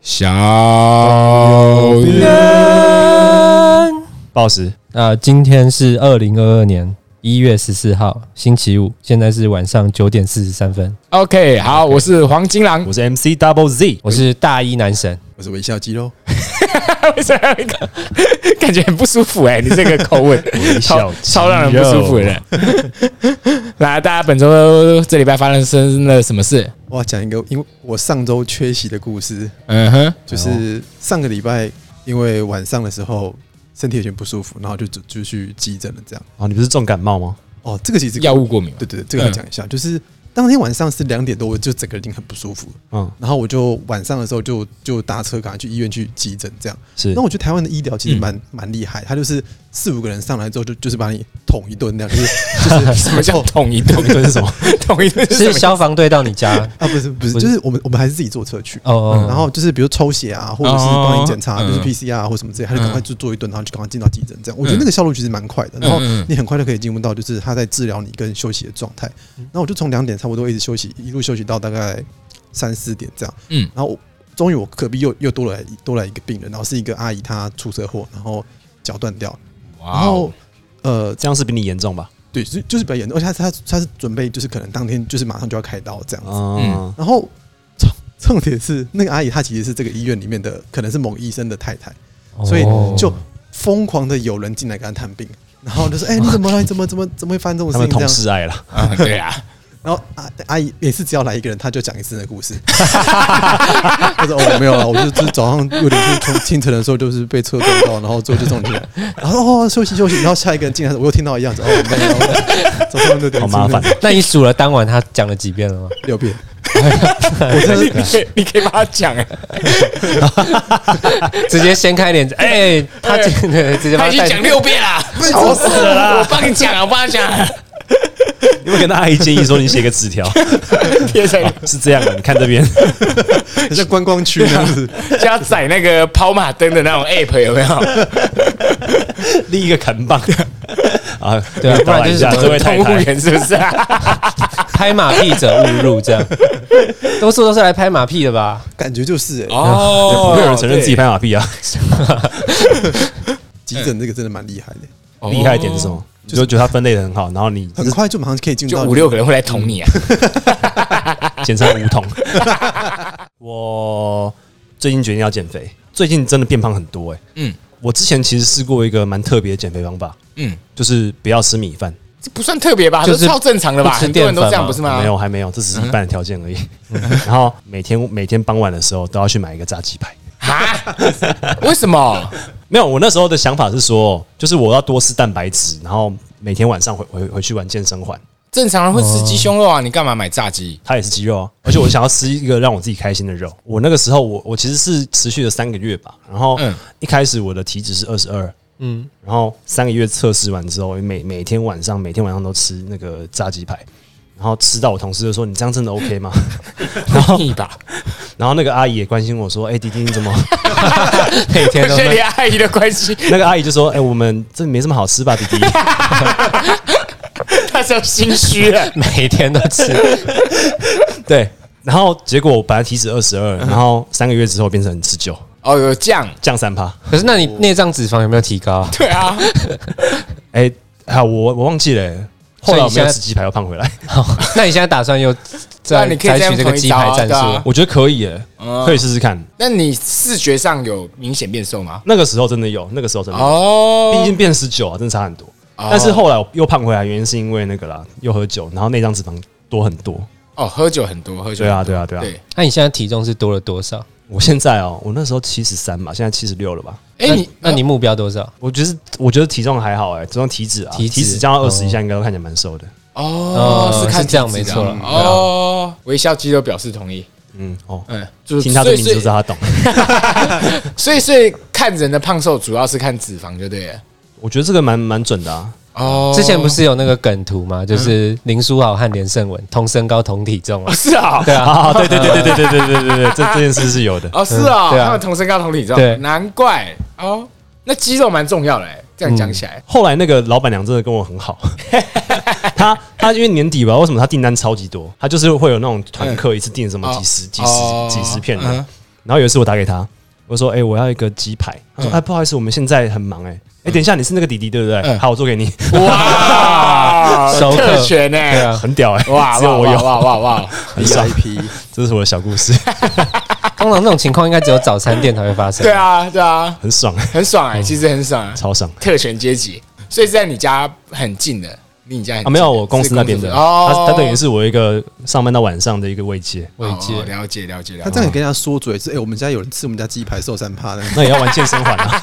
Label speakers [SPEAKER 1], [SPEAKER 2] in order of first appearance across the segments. [SPEAKER 1] 小
[SPEAKER 2] 暴食，
[SPEAKER 3] 那今天是二零二二年一月十四号，星期五，现在是晚上九点四十三分。
[SPEAKER 1] ，OK，好，我是黄金狼
[SPEAKER 2] 我。是 MC Double Z，
[SPEAKER 3] 我是大一男神，
[SPEAKER 4] 我是微笑肌肉，
[SPEAKER 1] 为什么要搞感觉很不舒服？哎，你这个口吻超
[SPEAKER 2] 笑
[SPEAKER 1] 超让人不舒服的。来，大家本周这礼拜发生了什么事？
[SPEAKER 4] 我要讲一个，因为我上周缺席的故事，
[SPEAKER 1] 嗯哼，
[SPEAKER 4] 就是上个礼拜因为晚上的时候身体有点不舒服，然后就就就去急诊了。这样
[SPEAKER 2] 哦，你不是重感冒吗？
[SPEAKER 4] 哦，这个其实
[SPEAKER 1] 药物过敏嘛。
[SPEAKER 4] 对对对，这个要讲一下，就是当天晚上是两点多，我就整个人已经很不舒服，
[SPEAKER 2] 嗯，
[SPEAKER 4] 然后我就晚上的时候就就搭车赶快去医院去急诊这样。
[SPEAKER 2] 是
[SPEAKER 4] 那我觉得台湾的医疗其实蛮蛮厉害，他就是四五个人上来之后就就是把你捅一顿那样，就是就是
[SPEAKER 1] 什么叫捅一顿？
[SPEAKER 2] 这是什么？
[SPEAKER 1] 捅一顿是什
[SPEAKER 3] 是
[SPEAKER 1] 么
[SPEAKER 3] 消防队到你 家
[SPEAKER 4] 啊不是不是，
[SPEAKER 3] 不是
[SPEAKER 4] 就是我们我们还是自己坐车去。
[SPEAKER 3] 哦
[SPEAKER 1] 嗯
[SPEAKER 3] 哦，
[SPEAKER 4] 然后就是比如抽血啊，或者是帮你检查，
[SPEAKER 1] 哦
[SPEAKER 4] 就是
[SPEAKER 1] 嗯
[SPEAKER 4] PCR 啊或什么之类，他就赶快
[SPEAKER 1] 嗯
[SPEAKER 4] 就做一顿，然后就赶快进到急诊这样。我觉得那个效率其实蛮快的，然后
[SPEAKER 1] 嗯嗯
[SPEAKER 4] 你很快就可以进入到就是他在治疗你跟休息的状态。
[SPEAKER 1] 嗯
[SPEAKER 4] 然后我就从两点差不多一直休息，一路休息到大概三四点这样。
[SPEAKER 1] 嗯
[SPEAKER 4] 然后我终于我隔壁又又多了多来一个病人，然后是一个阿姨，她出车祸，然后脚断掉，然
[SPEAKER 1] 哇
[SPEAKER 4] 后
[SPEAKER 1] 哦，
[SPEAKER 4] 呃
[SPEAKER 2] 这样是比你严重吧？
[SPEAKER 4] 对，就就是比较严重，而且她她她是准备就是可能当天就是马上就要开刀这样子。
[SPEAKER 2] 嗯，
[SPEAKER 4] 然后重重点是，那个阿姨她其实是这个医院里面的，可能是某医生的太太，
[SPEAKER 2] 哦
[SPEAKER 4] 所以就疯狂的有人进来跟她探病，然 后就说：“哎、你怎么了？你怎么怎么怎么会发生这种
[SPEAKER 2] 他
[SPEAKER 4] 事
[SPEAKER 2] 们
[SPEAKER 4] 情？”
[SPEAKER 2] 同
[SPEAKER 4] 这样，
[SPEAKER 2] 事爱了，
[SPEAKER 1] 啊对啊，
[SPEAKER 4] 然后阿阿姨每次只要来一个人，她就讲一次那故事。她说：“哦，没有了，我就就是早上六点就从清晨的时候就是被车撞到，然后最后就送进来，然后说哦休息休息，然后下一个人进来，我又听到一样子，哦没有了，早上六点
[SPEAKER 2] 好麻烦。
[SPEAKER 3] 那你数了当晚他讲了几遍 了吗？
[SPEAKER 4] 六遍。”我真
[SPEAKER 1] 你 你
[SPEAKER 4] 的
[SPEAKER 1] 可以你可以帮他讲哎，
[SPEAKER 3] 直接掀开脸，哎，他
[SPEAKER 1] 哎
[SPEAKER 3] 对直接
[SPEAKER 1] 他
[SPEAKER 3] 把
[SPEAKER 1] 已经
[SPEAKER 3] 带
[SPEAKER 1] 讲六遍啦，吵死了啦！我帮你讲啊，我帮他讲 啊，
[SPEAKER 2] 有没有跟那阿姨建议说你写个纸条？
[SPEAKER 1] 贴在
[SPEAKER 2] 是这样的，你看这边，
[SPEAKER 4] 很像观光区那样子，
[SPEAKER 1] 加载那个跑马灯的那种 app 有没有？
[SPEAKER 2] 立一个砍棒啊，
[SPEAKER 3] 对啊不然就是
[SPEAKER 2] 打扰一下
[SPEAKER 3] 什么
[SPEAKER 2] 这
[SPEAKER 1] 动
[SPEAKER 2] 位太
[SPEAKER 1] 物
[SPEAKER 2] 太，
[SPEAKER 1] 园是不是啊？
[SPEAKER 3] 拍马屁者误入，这 样多数都是来拍马屁的吧？
[SPEAKER 4] 感觉就是、欸、
[SPEAKER 1] 哦
[SPEAKER 2] 不会有人承认自己拍马屁啊？
[SPEAKER 4] 急诊这个真的蛮厉害
[SPEAKER 1] 对
[SPEAKER 4] 的，
[SPEAKER 2] 厉害一点是什么？你就觉得它分类的很好，然后你
[SPEAKER 4] 很快就马上可以进入
[SPEAKER 1] 就
[SPEAKER 4] 到
[SPEAKER 1] 五六个
[SPEAKER 2] 嗯
[SPEAKER 1] 人会来捅你啊！
[SPEAKER 2] 简称五桶。 我最近决定要减肥，最近真的变胖很多哎、
[SPEAKER 1] 嗯
[SPEAKER 2] 嗯，我之前其实试过一个蛮特别的减肥方法，
[SPEAKER 1] 嗯，
[SPEAKER 2] 就是不要吃米饭。
[SPEAKER 1] 这不算特别吧？
[SPEAKER 3] 就
[SPEAKER 1] 就是是超正常的吧？
[SPEAKER 3] 不吃
[SPEAKER 1] 很多人都
[SPEAKER 3] 淀粉
[SPEAKER 1] 这样
[SPEAKER 3] 嘛
[SPEAKER 1] 不是吗？
[SPEAKER 2] 没有，还没有，这只是一半的条件而已。嗯然后每天每天傍晚的时候都要去买一个炸鸡排。
[SPEAKER 1] 啊？ 为什么？
[SPEAKER 2] 没有，我那时候的想法是说，就是我要多吃蛋白质，然后每天晚上回回回去玩健身环，
[SPEAKER 1] 正常人会吃鸡胸肉啊，你干嘛买炸鸡？
[SPEAKER 2] 它也是鸡肉啊，而且我想要吃一个让我自己开心的肉。我那个时候我我其实是持续了三个月吧，然后
[SPEAKER 1] 嗯
[SPEAKER 2] 一开始我的体脂是二十二，嗯，然后三个月测试完之后，每每天晚上每天晚上都吃那个炸鸡排，然后吃到我同事就说你这样真的 OK 吗？哦
[SPEAKER 1] 你吧，
[SPEAKER 2] 然后那个阿姨也关心我说，哎、弟弟你怎么？
[SPEAKER 3] 每 天都
[SPEAKER 1] 谢啊
[SPEAKER 3] 在
[SPEAKER 1] 谢阿姨的关心，
[SPEAKER 2] 那个阿姨就说，哎、我们这没什么好吃吧，弟弟。
[SPEAKER 1] 她是心虚了。
[SPEAKER 3] 每天都吃，
[SPEAKER 2] 对，然后结果我本来体脂二十二，
[SPEAKER 3] 嗯
[SPEAKER 2] 然后三个月之后变成十九，
[SPEAKER 1] 哦，有酱，
[SPEAKER 2] 降三趴。
[SPEAKER 3] 可是那
[SPEAKER 1] 哦
[SPEAKER 3] 你内脏脂肪有没有提高 啊？
[SPEAKER 1] 对 啊，
[SPEAKER 2] 哎、啊，我我忘记了、后来我没有
[SPEAKER 3] 所以你现在
[SPEAKER 2] 吃鸡排又胖回来，
[SPEAKER 3] 那你现在打算又
[SPEAKER 1] 那
[SPEAKER 3] 再
[SPEAKER 1] 你可以
[SPEAKER 3] 采
[SPEAKER 1] 这样
[SPEAKER 3] 取这个
[SPEAKER 1] 同一
[SPEAKER 3] 鸡
[SPEAKER 1] 招
[SPEAKER 3] 排
[SPEAKER 1] 啊
[SPEAKER 3] 战
[SPEAKER 1] 对啊
[SPEAKER 3] 术？
[SPEAKER 2] 我觉得可以、欸，可以试试看。
[SPEAKER 1] 那你视觉上有明显变瘦吗？
[SPEAKER 2] 那个时候真的有，那个时候真的有，
[SPEAKER 1] 哦，
[SPEAKER 2] 毕竟变十九啊，真的差很多。
[SPEAKER 1] 哦
[SPEAKER 2] 但是后来我又胖回来，原因是因为那个啦，又喝酒，然后内脏脂肪多很多。
[SPEAKER 1] 哦，喝酒很多，喝酒
[SPEAKER 2] 对啊，
[SPEAKER 1] 很多
[SPEAKER 2] 对啊，对啊。
[SPEAKER 1] 对。
[SPEAKER 3] 那你现在体重是多了多少？
[SPEAKER 2] 我现在哦、我那时候七十三嘛，现在七十六了吧？
[SPEAKER 1] 哎，
[SPEAKER 3] 那
[SPEAKER 1] 你哦
[SPEAKER 3] 那你目标多少？
[SPEAKER 2] 我觉得我觉得体重还好哎、欸，体重体脂啊，
[SPEAKER 3] 体
[SPEAKER 2] 体
[SPEAKER 3] 脂
[SPEAKER 2] 脂降到二十以
[SPEAKER 3] 哦
[SPEAKER 2] 下，应该都看起来蛮瘦的。
[SPEAKER 1] 哦
[SPEAKER 3] 呃
[SPEAKER 1] 是看
[SPEAKER 3] 是这样
[SPEAKER 1] 体脂
[SPEAKER 3] 没错啦
[SPEAKER 1] 哦，微笑肌肉表示同意。
[SPEAKER 2] 嗯，哦，
[SPEAKER 1] 嗯，就是
[SPEAKER 2] 啊听他的
[SPEAKER 1] 所以
[SPEAKER 2] 名字就知道他懂。
[SPEAKER 1] 所以所以看人的胖瘦主要是看脂肪就对了。
[SPEAKER 2] 我觉得这个蛮蛮准的啊。
[SPEAKER 1] 哦。
[SPEAKER 3] 之前不是有那个梗图吗？就是林书豪和连胜文同身高同体重 啊
[SPEAKER 1] 是啊，
[SPEAKER 3] 对啊，
[SPEAKER 2] 啊，对对对对对对对对对对，这这件事是有的。
[SPEAKER 1] 哦是啊，
[SPEAKER 3] 嗯对啊
[SPEAKER 1] 他们同身高同体重
[SPEAKER 3] 对，
[SPEAKER 1] 难怪哦。那肌肉蛮重要的欸，这样讲起来，
[SPEAKER 2] 后来那个老板娘真的跟我 很好，她她因为年底吧，为什么她订单超级多？她就是会有那种团客一次订什么
[SPEAKER 1] 哦
[SPEAKER 2] 几十、几
[SPEAKER 1] 哦
[SPEAKER 2] 十、几十片的
[SPEAKER 1] 嗯，
[SPEAKER 2] 然后有一次我打给他，我说：“哎、我要一个鸡排。”他说：“哎、不好意思，我们现在很忙、哎，哎，等一下，你是那个弟弟对不对？
[SPEAKER 1] 嗯
[SPEAKER 2] 好，我做 给你，
[SPEAKER 1] 哇，
[SPEAKER 3] 熟客
[SPEAKER 1] 特权呢、
[SPEAKER 2] 很屌哎、
[SPEAKER 1] 哇
[SPEAKER 2] 只有
[SPEAKER 1] 哇
[SPEAKER 2] 我
[SPEAKER 1] 哇
[SPEAKER 2] 有，
[SPEAKER 1] 哇哇哇！
[SPEAKER 2] 很爽
[SPEAKER 4] VIP
[SPEAKER 2] 这是我的小故事，
[SPEAKER 3] 通常这种情况应该只有早餐店才会发 生。
[SPEAKER 1] 对，啊，对啊，
[SPEAKER 2] 很爽，
[SPEAKER 1] 很爽哎、其实很爽、啊，
[SPEAKER 2] 超爽。
[SPEAKER 1] 特权阶级，所以是在你家很近的，离你家很近
[SPEAKER 2] 啊，没有，我公司那边的，
[SPEAKER 1] 是哦，
[SPEAKER 2] 他他等于是我一个上班到晚上的一个慰藉。
[SPEAKER 3] 慰藉
[SPEAKER 1] 哦了解了解了哦
[SPEAKER 4] 他
[SPEAKER 1] 解
[SPEAKER 4] 这。样也跟人家说嘴是，哎、我们家有人吃我们家鸡排瘦三趴的，
[SPEAKER 2] 那也要玩健身环啊！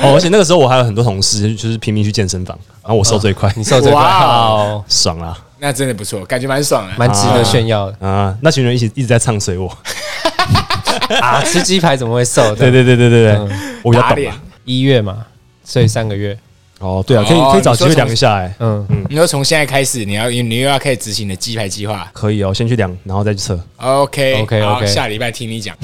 [SPEAKER 2] 哦，而且那个时候我还有很多同事，就是拼命去健身房，然后我瘦最快，
[SPEAKER 1] 嗯
[SPEAKER 3] 你瘦这块，
[SPEAKER 1] 哇哦
[SPEAKER 3] 好，
[SPEAKER 2] 爽啦！
[SPEAKER 1] 那真的不错，感觉蛮爽的。
[SPEAKER 3] 蛮值得炫耀的
[SPEAKER 2] 啊，那群人一起一直在唱随我，
[SPEAKER 1] 嗯
[SPEAKER 3] 啊！吃鸡排怎么会瘦？
[SPEAKER 2] 对
[SPEAKER 3] 对，
[SPEAKER 2] 对对对对对
[SPEAKER 3] 嗯，
[SPEAKER 2] 我比较
[SPEAKER 1] 打
[SPEAKER 2] 懂
[SPEAKER 1] 脸
[SPEAKER 2] 啊。，
[SPEAKER 3] 一月嘛，所以上个月，
[SPEAKER 2] 哦，对啊，可以
[SPEAKER 1] 哦
[SPEAKER 2] 可以找
[SPEAKER 1] 你
[SPEAKER 2] 机
[SPEAKER 1] 说
[SPEAKER 2] 会
[SPEAKER 1] 从
[SPEAKER 2] 量一下哎，
[SPEAKER 3] 嗯，
[SPEAKER 1] 你说从现在开始，你要你又要开始执行你的鸡排计划。
[SPEAKER 2] 可以哦，先去量，然后再去测。
[SPEAKER 1] 啊 OK
[SPEAKER 3] OK，
[SPEAKER 1] 好
[SPEAKER 3] OK
[SPEAKER 1] 下礼拜听你讲。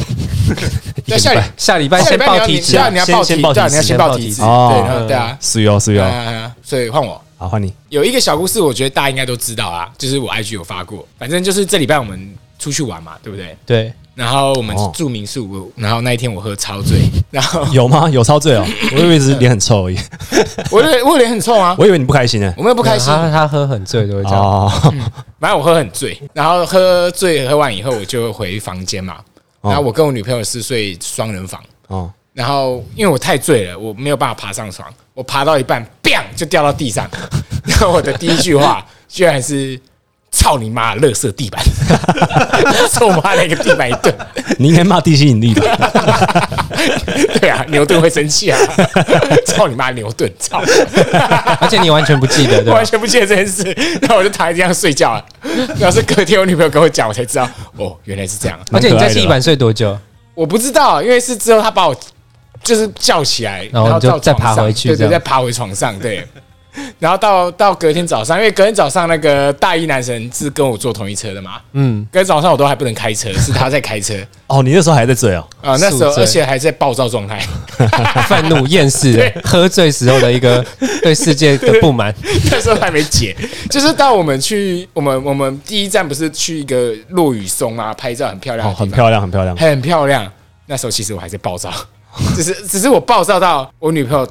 [SPEAKER 2] 一个
[SPEAKER 1] 下
[SPEAKER 2] 礼
[SPEAKER 1] 礼
[SPEAKER 2] 拜
[SPEAKER 3] 下礼拜
[SPEAKER 1] 下礼
[SPEAKER 3] 先
[SPEAKER 1] 拜你
[SPEAKER 3] 报
[SPEAKER 1] 要
[SPEAKER 3] 体
[SPEAKER 1] 你
[SPEAKER 3] 脂
[SPEAKER 1] 对啊，你要
[SPEAKER 2] 先
[SPEAKER 1] 报
[SPEAKER 2] 先
[SPEAKER 1] 体
[SPEAKER 2] 报
[SPEAKER 1] 对啊，
[SPEAKER 2] 体
[SPEAKER 1] 你要
[SPEAKER 3] 脂
[SPEAKER 1] 先
[SPEAKER 3] 先报
[SPEAKER 1] 报
[SPEAKER 3] 体
[SPEAKER 1] 体
[SPEAKER 3] 脂
[SPEAKER 1] 脂，
[SPEAKER 2] 哦
[SPEAKER 1] 对，然后对啊，
[SPEAKER 2] 是哦是
[SPEAKER 1] 对
[SPEAKER 2] 哦，
[SPEAKER 1] 啊，所以换我。
[SPEAKER 2] 好换你
[SPEAKER 1] 有一个小故事，我觉得大家应该都知道啊，就是我 IG 有发过，反正就是这礼拜我们出去玩嘛，对不对？
[SPEAKER 3] 对，
[SPEAKER 1] 然后我们
[SPEAKER 2] 哦
[SPEAKER 1] 住民宿，我然后那一天我喝超醉，然后
[SPEAKER 2] 有吗？有 超醉哦，我以为只是脸很臭而已，
[SPEAKER 1] 我的我的脸很臭啊，
[SPEAKER 2] 我以为你不开心呢。
[SPEAKER 1] 我没有不开心，
[SPEAKER 3] 他他喝很醉都会这样，
[SPEAKER 2] 哦，
[SPEAKER 1] 反正我喝很醉，然后喝醉喝完以后我就回房间嘛，
[SPEAKER 2] 哦
[SPEAKER 1] 然后我跟我女朋友是睡双人房，
[SPEAKER 2] 哦，
[SPEAKER 1] 然后因为我太醉了，我没有办法爬上床，我爬到一半，bang 就掉到地上， 然后我的第一句话居然是“操你妈，垃圾地板”， 臭骂那个地板一顿，
[SPEAKER 2] 你应该骂地心引力吧？
[SPEAKER 1] 对啊，牛顿会生气啊， 操你妈牛顿，操！
[SPEAKER 3] 而且你完全不记 得，对吧
[SPEAKER 1] 完？全不记得这件事，然后我就躺在地上睡觉了。然后是隔天我女朋友跟我讲，我才知道哦，原来是这样。
[SPEAKER 3] 而且你在
[SPEAKER 2] 蛮可爱的
[SPEAKER 3] 地板睡 多久？
[SPEAKER 1] 我不知道，因为是之后她把我就是叫起来，
[SPEAKER 3] 然后
[SPEAKER 1] 后
[SPEAKER 3] 你就
[SPEAKER 1] 到
[SPEAKER 3] 再
[SPEAKER 1] 床上
[SPEAKER 3] 爬回去
[SPEAKER 1] 对
[SPEAKER 3] 这
[SPEAKER 1] 对，
[SPEAKER 3] 样
[SPEAKER 1] 再爬回床上，对。然后到到隔天早上，因为隔天早上那个大一男神是跟我坐同一车的嘛，
[SPEAKER 3] 嗯，
[SPEAKER 1] 隔天早上我都还不能开车，是他在开车
[SPEAKER 2] 哦，你那时候还在醉哦，
[SPEAKER 1] 啊、那时候
[SPEAKER 3] 宿醉
[SPEAKER 1] 而且还在暴躁状态，
[SPEAKER 3] 愤怒、厌世，喝醉时候的一个对世界的不满，
[SPEAKER 1] 那时候还没解，就是到我们去我们我们第一站不是去一个落雨松啊，拍照很漂亮
[SPEAKER 2] 哦，
[SPEAKER 1] 的地
[SPEAKER 2] 很
[SPEAKER 1] 方，
[SPEAKER 2] 漂亮，很漂亮。
[SPEAKER 1] 很漂亮。那时候其实我还在暴躁， 只是只是我暴躁到我女朋友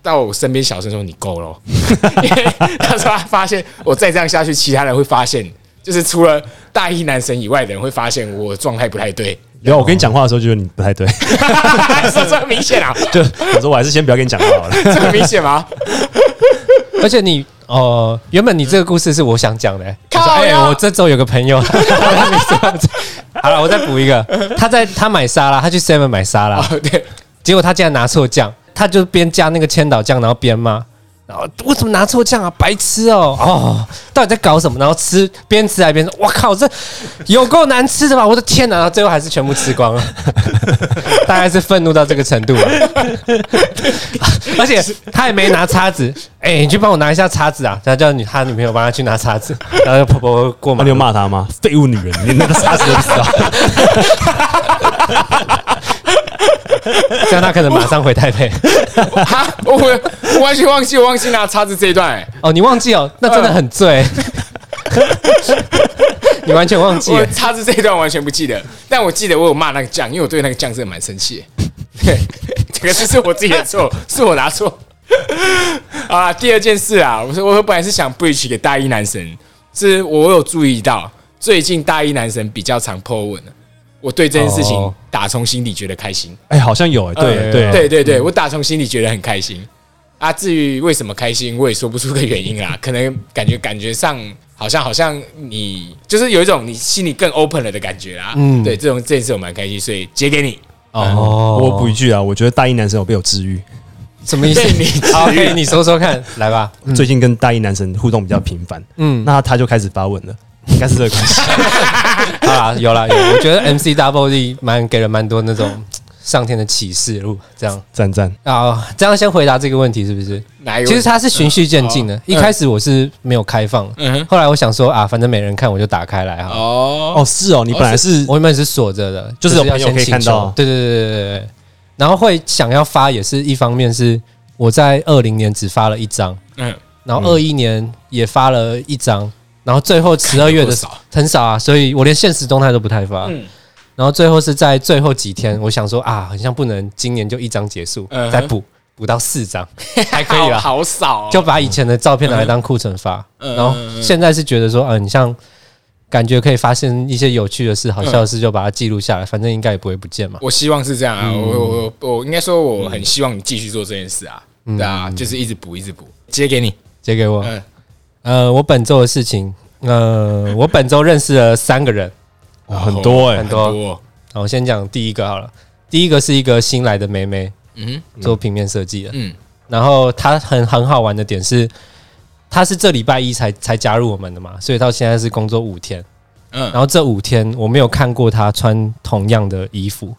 [SPEAKER 1] 到我身边小声说：“你够了哦。” 因为那时候她发现我再这样下去，其他人会发现，就是除了大一男神以外的人会发现我状态不太对，
[SPEAKER 2] 然啊后我跟你讲话的时候，觉得你不太对，
[SPEAKER 1] 说这很明显啊，
[SPEAKER 2] 就我说我还是先不要跟你讲话好了。
[SPEAKER 1] 这很明显吗？
[SPEAKER 3] 而且你哦，原本你这个故事是我想讲的、欸，我
[SPEAKER 1] 靠
[SPEAKER 3] 说哎、
[SPEAKER 1] 呀
[SPEAKER 3] 我这周有个朋友， 好了，我再补一个，他在他买沙拉，他去 Seven 买沙拉，
[SPEAKER 1] 哦，对，
[SPEAKER 3] 结果他竟然拿错酱，他就边加那个千岛酱，然后边骂。然后为什么拿错酱啊？白痴哦！哦，到底在搞什么？然后吃边吃还边说：“我靠，这有够难吃的吧！我的天哪！”然后最后还是全部吃 光了，大概是愤怒到这个程度吧。而且他也没拿叉子，哎、你去帮我拿一下叉子啊！他叫女他女朋友帮他去拿叉子，然后就婆婆过
[SPEAKER 2] 那
[SPEAKER 3] 马
[SPEAKER 2] 啊你有
[SPEAKER 3] 路，
[SPEAKER 2] 骂他吗？哦废物女人，你那个傻子都不知道。
[SPEAKER 3] 这样他可能马上回台北。
[SPEAKER 1] 哈，我我完全忘记我忘记拿叉子这一段、欸，
[SPEAKER 3] 哦，你忘记哦，那真
[SPEAKER 1] 嗯
[SPEAKER 3] 的很醉， 你完全忘记
[SPEAKER 1] 我
[SPEAKER 3] 了。
[SPEAKER 1] 叉子这一段完全不记得，但我记得我有骂那个酱，因为我对那个酱真的蛮生气的。 对，这个就是我自己的错，是我拿错。啊，第二件事啊，我说我本来是想 bridge 给大一男神，是我有注意到最近大一男神比较常 po 文了，我对这件事情
[SPEAKER 3] 哦
[SPEAKER 1] 打从心底觉得开心。
[SPEAKER 2] 哎，好像有哎，对
[SPEAKER 1] 呃
[SPEAKER 2] 对
[SPEAKER 1] 对对对，我打从心里觉得很开心。啊，至于为什么开心，我也说不出个原因 啦。可能感觉感觉上好像好像你就是有一种你心里更 open 了的感觉啦。嗯，对，这种这件事我蛮开心，所以截给你。
[SPEAKER 2] 哎
[SPEAKER 3] 哦
[SPEAKER 2] 我补一句啊，我觉得大一男生有被我治愈。
[SPEAKER 3] 什么意思
[SPEAKER 1] 被你治？愈
[SPEAKER 3] 好，可以你说说看，来吧。
[SPEAKER 2] 最近跟大一男生互动比较频繁，嗯，那他就开始发文了，应该是这个关系。
[SPEAKER 3] 好啦，有啦有，我觉得 MC Double D 蛮给了蛮多那种上天的启示录，这样
[SPEAKER 2] 赞赞，
[SPEAKER 3] 啊，这样先回答这个问题是不是？
[SPEAKER 1] 哪一位？
[SPEAKER 3] 其实它是循序渐进的，一开始我是没有开放，
[SPEAKER 1] 嗯哼
[SPEAKER 3] 后来我想说啊，反正没人看，我就打开来哈。
[SPEAKER 1] 哦
[SPEAKER 2] 哦，是哦，你本来是
[SPEAKER 3] 我原嗯本是锁着的，
[SPEAKER 2] 就是有
[SPEAKER 3] 要
[SPEAKER 2] 朋友
[SPEAKER 3] 先
[SPEAKER 2] 可以看
[SPEAKER 3] 请求
[SPEAKER 2] 到
[SPEAKER 3] 对对对对对对。然后会想要发，也是一方面是我在二零年只发了一张，
[SPEAKER 1] 嗯，
[SPEAKER 3] 然后二一年也发了一张，然后最后十二月的
[SPEAKER 1] 看得够少
[SPEAKER 3] 很少啊，所以我连现实动态都不太发。
[SPEAKER 1] 嗯
[SPEAKER 3] 然后最后是在最后几天，我想说啊，好像不能今年就一张结束，
[SPEAKER 1] 嗯哼
[SPEAKER 3] 再补补到四张，还可以
[SPEAKER 1] 好
[SPEAKER 3] 啦。
[SPEAKER 1] 好少哦、
[SPEAKER 3] 就把以前的照片拿来当库存发，
[SPEAKER 1] 嗯
[SPEAKER 3] 然后
[SPEAKER 1] 嗯嗯嗯
[SPEAKER 3] 现在是觉得说，啊，你像感觉可以发生一些有趣的事、好笑的事，就把它记录下来，反正应该也不会不见嘛。
[SPEAKER 1] 嗯我希望是这样啊，
[SPEAKER 3] 嗯
[SPEAKER 1] 我我我我应该说我很希望你继续做这件事啊，
[SPEAKER 3] 嗯
[SPEAKER 1] 对啊，就是一直补一直补，接给你，
[SPEAKER 3] 借给我，
[SPEAKER 1] 嗯，
[SPEAKER 3] 呃，我本周的事情，呃，我本周认识了三个人，
[SPEAKER 2] 哦很多哎、
[SPEAKER 3] 很
[SPEAKER 1] 很
[SPEAKER 3] 多
[SPEAKER 1] 多，
[SPEAKER 3] 好，我先讲第一个好了，第一个是一个新来的妹妹，
[SPEAKER 1] 嗯
[SPEAKER 3] 做平面设计的，
[SPEAKER 1] 嗯
[SPEAKER 3] 然后她很很好玩的点是，她是这礼拜一才才加入我们的嘛，所以到现在是工作五天。然
[SPEAKER 1] 嗯，
[SPEAKER 3] 后这五天我没有看过他穿同样的衣服，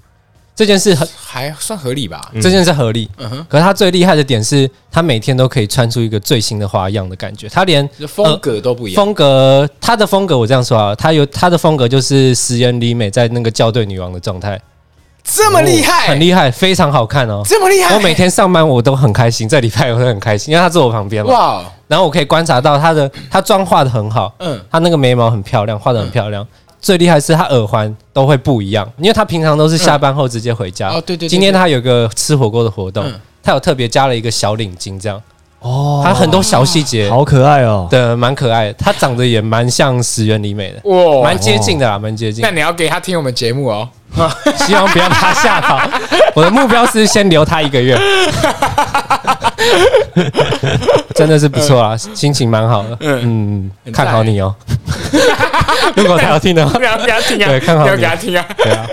[SPEAKER 3] 这件事很
[SPEAKER 1] 还算合理吧，
[SPEAKER 3] 这件事合理。
[SPEAKER 1] 嗯哼，
[SPEAKER 3] 可是他最厉害的点是，他每天都可以穿出一个最新的花样的感觉。他连呃
[SPEAKER 1] 就风格都不一样，
[SPEAKER 3] 风格，他的风格我这样说啊，他有他的风格就是石原里美在那个校对女王的状态，
[SPEAKER 1] 这么厉害，
[SPEAKER 3] 哦很厉害，非常好看哦。
[SPEAKER 1] 这么厉害，
[SPEAKER 3] 我每天上班我都很开心，这礼拜我都很开心，因为他坐我旁边嘛。
[SPEAKER 1] 哇，
[SPEAKER 3] 然后我可以观察到他的他妆化的很好，
[SPEAKER 1] 嗯
[SPEAKER 3] 她那个眉毛很漂亮，画的很漂亮。最厉害是她耳环都会不一样，因为她平常都是下班后直接回家。
[SPEAKER 1] 嗯哦对对对
[SPEAKER 3] 今天她有个吃火锅的活动
[SPEAKER 1] 嗯，
[SPEAKER 3] 她有特别加了一个小领巾，这样，
[SPEAKER 2] 哦
[SPEAKER 3] 她很多小细节
[SPEAKER 2] 好可爱哦、
[SPEAKER 3] 的蛮可爱的。她长得也蛮像石原里美的，
[SPEAKER 1] 哇
[SPEAKER 3] 蛮，接近的啦，蛮接近
[SPEAKER 1] 那。你要给他听我们节目 哦，
[SPEAKER 3] 希望不要把她吓跑。 我的目标是先留她一个月。真的是不错啊，心情蛮好的。嗯，
[SPEAKER 1] 很赞
[SPEAKER 3] 看好你哦。如果她有听的话
[SPEAKER 1] 不。要不要听啊，
[SPEAKER 3] 对看好
[SPEAKER 1] 不要
[SPEAKER 3] 你
[SPEAKER 1] 给他听啊，
[SPEAKER 3] 对啊，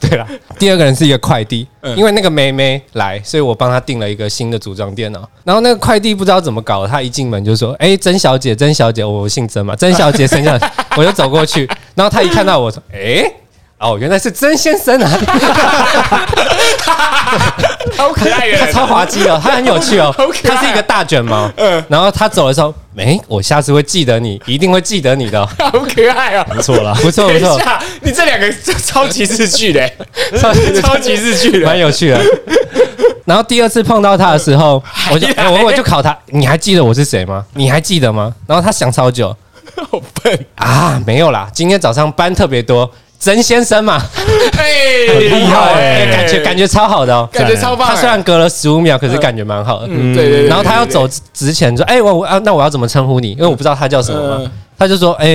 [SPEAKER 3] 对啦。第二个人是一个快递，
[SPEAKER 1] 嗯
[SPEAKER 3] 因为那个妹妹来，所以我帮她订了一个新的组装电脑。然后那个快递不知道怎么搞的，她一进门就说：“哎、曾小姐，曾小姐，哦我姓曾嘛， 曾小姐，曾小姐。”我就走过去，然后她一看到我说：“哎、哦，原来是曾先生啊！
[SPEAKER 1] 好可爱
[SPEAKER 3] 他
[SPEAKER 1] 耶，
[SPEAKER 3] 超滑稽哦，他很有趣哦
[SPEAKER 1] 好，可爱
[SPEAKER 3] 他是一个大卷毛。
[SPEAKER 1] 嗯
[SPEAKER 3] 然后他走的时候，哎、我下次会记得你，一定会记得你的哦、
[SPEAKER 1] 好可爱哦。
[SPEAKER 2] 不错 啦，
[SPEAKER 3] 不错
[SPEAKER 1] 等
[SPEAKER 3] 不
[SPEAKER 1] 一
[SPEAKER 3] 错，
[SPEAKER 1] 下，你这两个 超级日剧的，
[SPEAKER 3] 超级
[SPEAKER 1] 超级日剧的
[SPEAKER 3] 蛮，有趣的。然后第二次碰到他的 时候，我就
[SPEAKER 1] 还来
[SPEAKER 3] 我我就考他，你还记得我是谁吗？你还记得吗？然后他想超久
[SPEAKER 1] 好笨，
[SPEAKER 3] 啊，没有啦，今天早上班特别多，曾先生嘛，
[SPEAKER 1] 哎，
[SPEAKER 3] 厉 害、
[SPEAKER 1] 哎
[SPEAKER 3] 感觉感觉超好的哦。
[SPEAKER 1] 感觉超棒哎，
[SPEAKER 3] 他虽然隔了十五秒，可是感觉蛮好的。
[SPEAKER 1] 对嗯对对，
[SPEAKER 3] 然后他要
[SPEAKER 1] 对
[SPEAKER 3] 走之前说：“哎、我我啊，那我要怎么称呼你？因为我不知道他叫什么嘛。
[SPEAKER 1] 嗯
[SPEAKER 3] 他就说：“哎、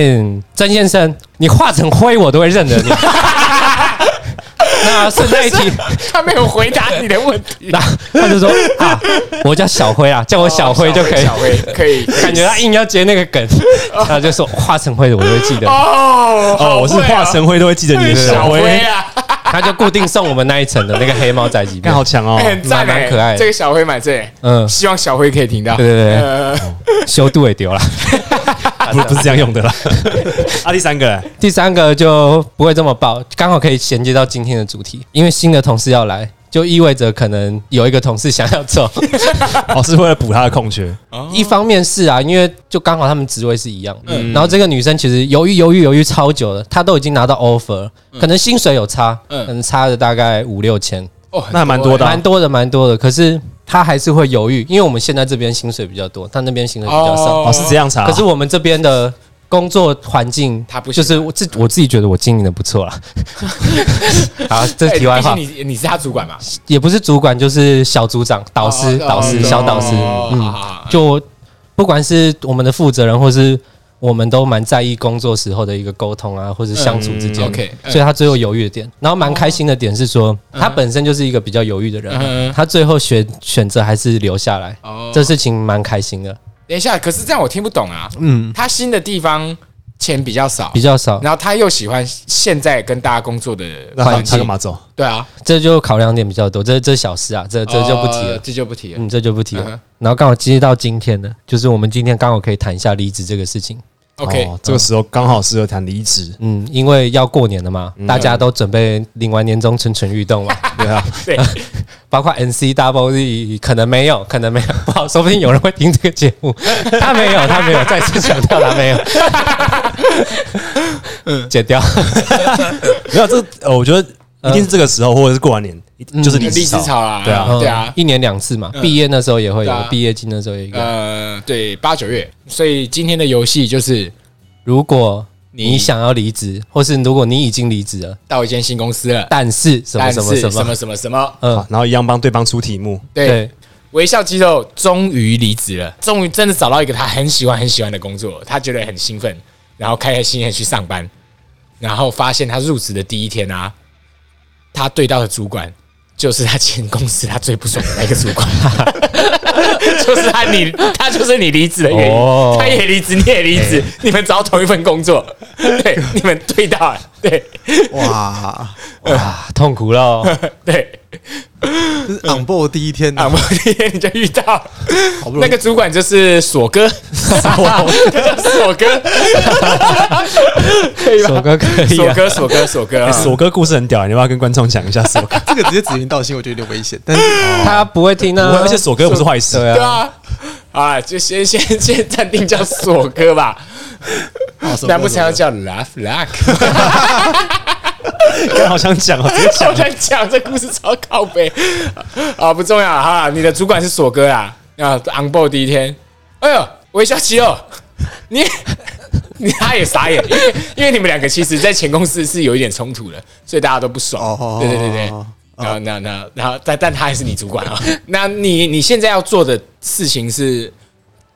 [SPEAKER 3] 曾先生，你化成灰我都会认得你。” 那顺带一提，
[SPEAKER 1] 嗯他没有回答你的问题。
[SPEAKER 3] 那他就说啊，我叫小辉啊，叫我 小辉就可以。
[SPEAKER 1] 小辉可以，
[SPEAKER 3] 感觉他硬要接那个 梗，他就说化成灰的我就会记得，
[SPEAKER 1] 哦好会
[SPEAKER 2] 哦，我是化神辉都会记得你的
[SPEAKER 1] 小
[SPEAKER 2] 小
[SPEAKER 1] 辉
[SPEAKER 2] 辉，
[SPEAKER 1] 啊，
[SPEAKER 3] 他就固定送我们那一层的那个黑猫宅急
[SPEAKER 2] 看
[SPEAKER 3] 便
[SPEAKER 2] 好。强哦、
[SPEAKER 1] 很赞
[SPEAKER 3] 蛮
[SPEAKER 1] 哎，
[SPEAKER 3] 蛮可爱的
[SPEAKER 1] 这个小辉蛮正哎，
[SPEAKER 3] 嗯，
[SPEAKER 1] 希望小辉可以听到。
[SPEAKER 3] 对对哦对
[SPEAKER 1] 呃，
[SPEAKER 3] 修度也丢了。
[SPEAKER 2] 不不是这样用的 啦。啊，第三个嘞，
[SPEAKER 3] 第三个就不会这么爆，刚好可以衔接到今天的主题，因为新的同事要来，就意味着可能有一个同事想要走。
[SPEAKER 2] 哦，是为了补他的空缺，
[SPEAKER 3] 一方面是啊，因为就刚好他们职位是一样的，然后这个女生其实犹豫犹豫犹豫超久了，她都已经拿到 offer，了可能薪水有差，
[SPEAKER 1] 嗯
[SPEAKER 3] 可能差了大概五六千，
[SPEAKER 1] 哦，
[SPEAKER 2] 那还蛮多的啊
[SPEAKER 3] 蛮多的蛮多的，可是她还是会犹豫，因为我们现在这边薪水比较多，她那边薪水比较少，
[SPEAKER 2] 哦，是这样查。
[SPEAKER 3] 可是我们这边的。工作环境，
[SPEAKER 1] 她不喜啊
[SPEAKER 3] 就
[SPEAKER 1] 欢
[SPEAKER 3] 是我自我自己觉得我经营的不 错啦。好，这
[SPEAKER 1] 哎
[SPEAKER 3] 是题外话
[SPEAKER 1] 毕，竟你你是他主管嘛？
[SPEAKER 3] 也不是主管，就是小组长、导师、
[SPEAKER 1] 哦哦
[SPEAKER 3] 导师、
[SPEAKER 1] 哦
[SPEAKER 3] 小导师。
[SPEAKER 1] 哦
[SPEAKER 3] 嗯
[SPEAKER 1] 好好好
[SPEAKER 3] 就不管是我们的负责人，或是我们都蛮在意工作时候的一个沟通啊，或是相处之间
[SPEAKER 1] 嗯
[SPEAKER 3] 的。
[SPEAKER 1] ，OK，嗯
[SPEAKER 3] 所以他最后犹豫的点，然后蛮开心的点是说，他本身就是一个比较犹豫的
[SPEAKER 1] 嗯
[SPEAKER 3] 人，啊他最后选选择还是留下来，
[SPEAKER 1] 哦，
[SPEAKER 3] 这事情蛮开心的，
[SPEAKER 1] 等一下，可是这样我听不懂啊。
[SPEAKER 4] 嗯，
[SPEAKER 1] 他新的地方钱比较少
[SPEAKER 3] 比，较少，
[SPEAKER 1] 然后他又喜欢现在跟大家工作的
[SPEAKER 2] 那他
[SPEAKER 1] 环
[SPEAKER 2] 他干
[SPEAKER 1] 境，
[SPEAKER 2] 嘛走？
[SPEAKER 1] 对啊，
[SPEAKER 3] 这就考量点比较多，这这小事啊，这这就不提
[SPEAKER 1] 哦
[SPEAKER 3] 了。
[SPEAKER 1] 这就不提了。
[SPEAKER 3] 嗯，这就不提了
[SPEAKER 1] 嗯哼。
[SPEAKER 3] 然后刚好接到今天的，就是我们今天刚好可以谈一下离职这个事情。
[SPEAKER 1] OK，
[SPEAKER 2] 哦这个时候刚好适合谈离职。
[SPEAKER 3] 嗯，因为要过年了嘛，大家都准备领完年终蠢蠢欲动嘛，
[SPEAKER 2] 对啊，
[SPEAKER 1] 嗯 对，
[SPEAKER 3] 包括 NC Double E 可能没有，可能没有， 不好，说不定有人会听这个节 目。他没有，他没有，再次强调他没有。 剪掉，
[SPEAKER 2] 没有这，呃我觉得
[SPEAKER 3] 嗯
[SPEAKER 2] 一定是这个时候，或者是过完年，一定就是离
[SPEAKER 1] 离
[SPEAKER 2] 职
[SPEAKER 1] 职潮啦，
[SPEAKER 2] 对啊
[SPEAKER 1] 对啊，
[SPEAKER 3] 嗯一年两次嘛，毕业那时候也会
[SPEAKER 1] 对
[SPEAKER 3] 有
[SPEAKER 1] 啊，
[SPEAKER 3] 毕业季那时候也有。
[SPEAKER 1] 呃，对，八九月，所以今天的游戏就是
[SPEAKER 3] 如果你想要离职，或是如果你已经离职了，
[SPEAKER 1] 到一间新公司了，
[SPEAKER 3] 但是什么
[SPEAKER 1] 但
[SPEAKER 3] 什
[SPEAKER 1] 是
[SPEAKER 3] 么
[SPEAKER 1] 什
[SPEAKER 3] 什么
[SPEAKER 1] 么，什么什么，
[SPEAKER 3] 嗯
[SPEAKER 2] 好，然后一样帮对方出题目，
[SPEAKER 1] 对，
[SPEAKER 3] 对，
[SPEAKER 1] 微笑肌肉终于 离职了，终于真的找到一个他很喜欢很喜欢的工作，他觉得很兴奋，然后开开心心地去上班，然后发现他入职的第一天啊，他对到的主管就是他前公司他最不爽的那个主管， 就是他你他就是你离职的原因，
[SPEAKER 3] 哦哎
[SPEAKER 1] 他也离职，你也离职，你们找到同一份工作，对，你们对到了，对
[SPEAKER 4] 哇，
[SPEAKER 3] 哇， 痛苦了哦，
[SPEAKER 1] 对，
[SPEAKER 4] 这是 on board 第一天
[SPEAKER 1] 啊，
[SPEAKER 4] 啊
[SPEAKER 1] 我，第一天你就遇到了。
[SPEAKER 4] 好不容
[SPEAKER 1] 那
[SPEAKER 4] 易
[SPEAKER 1] 个主管就是锁哥，他叫锁哥，可以
[SPEAKER 3] 首
[SPEAKER 1] 吧？
[SPEAKER 3] 歌可以
[SPEAKER 1] 锁
[SPEAKER 3] 啊，
[SPEAKER 1] 哥，锁哥，锁哥啊，
[SPEAKER 2] 哎锁哥故事很屌，你要不要跟观众讲一下锁 哥？
[SPEAKER 4] 这个直接指名道姓，我觉得有点危险， 但是
[SPEAKER 3] 他不会听啊，
[SPEAKER 2] 而且锁哥又不是坏事，
[SPEAKER 3] 对
[SPEAKER 1] 对
[SPEAKER 3] 啊，
[SPEAKER 1] 啊，啊，就先先先暂定叫锁哥吧，
[SPEAKER 4] 好首歌
[SPEAKER 1] 难不成要叫 Love Luck？
[SPEAKER 2] 好想讲哦，直接
[SPEAKER 1] 我在讲这故事超靠背啊，不重要了哈。你的主管是锁哥啦，啊，on board 第一天，哎呦，微笑肌肉，你。你他也傻眼，因为因为你们两个其实，在前公司是有一点冲突的，所以大家都不爽。
[SPEAKER 4] 哦
[SPEAKER 1] 对对对对，然后那那然后但但他还是你主管啊。 那你你现在要做的事情是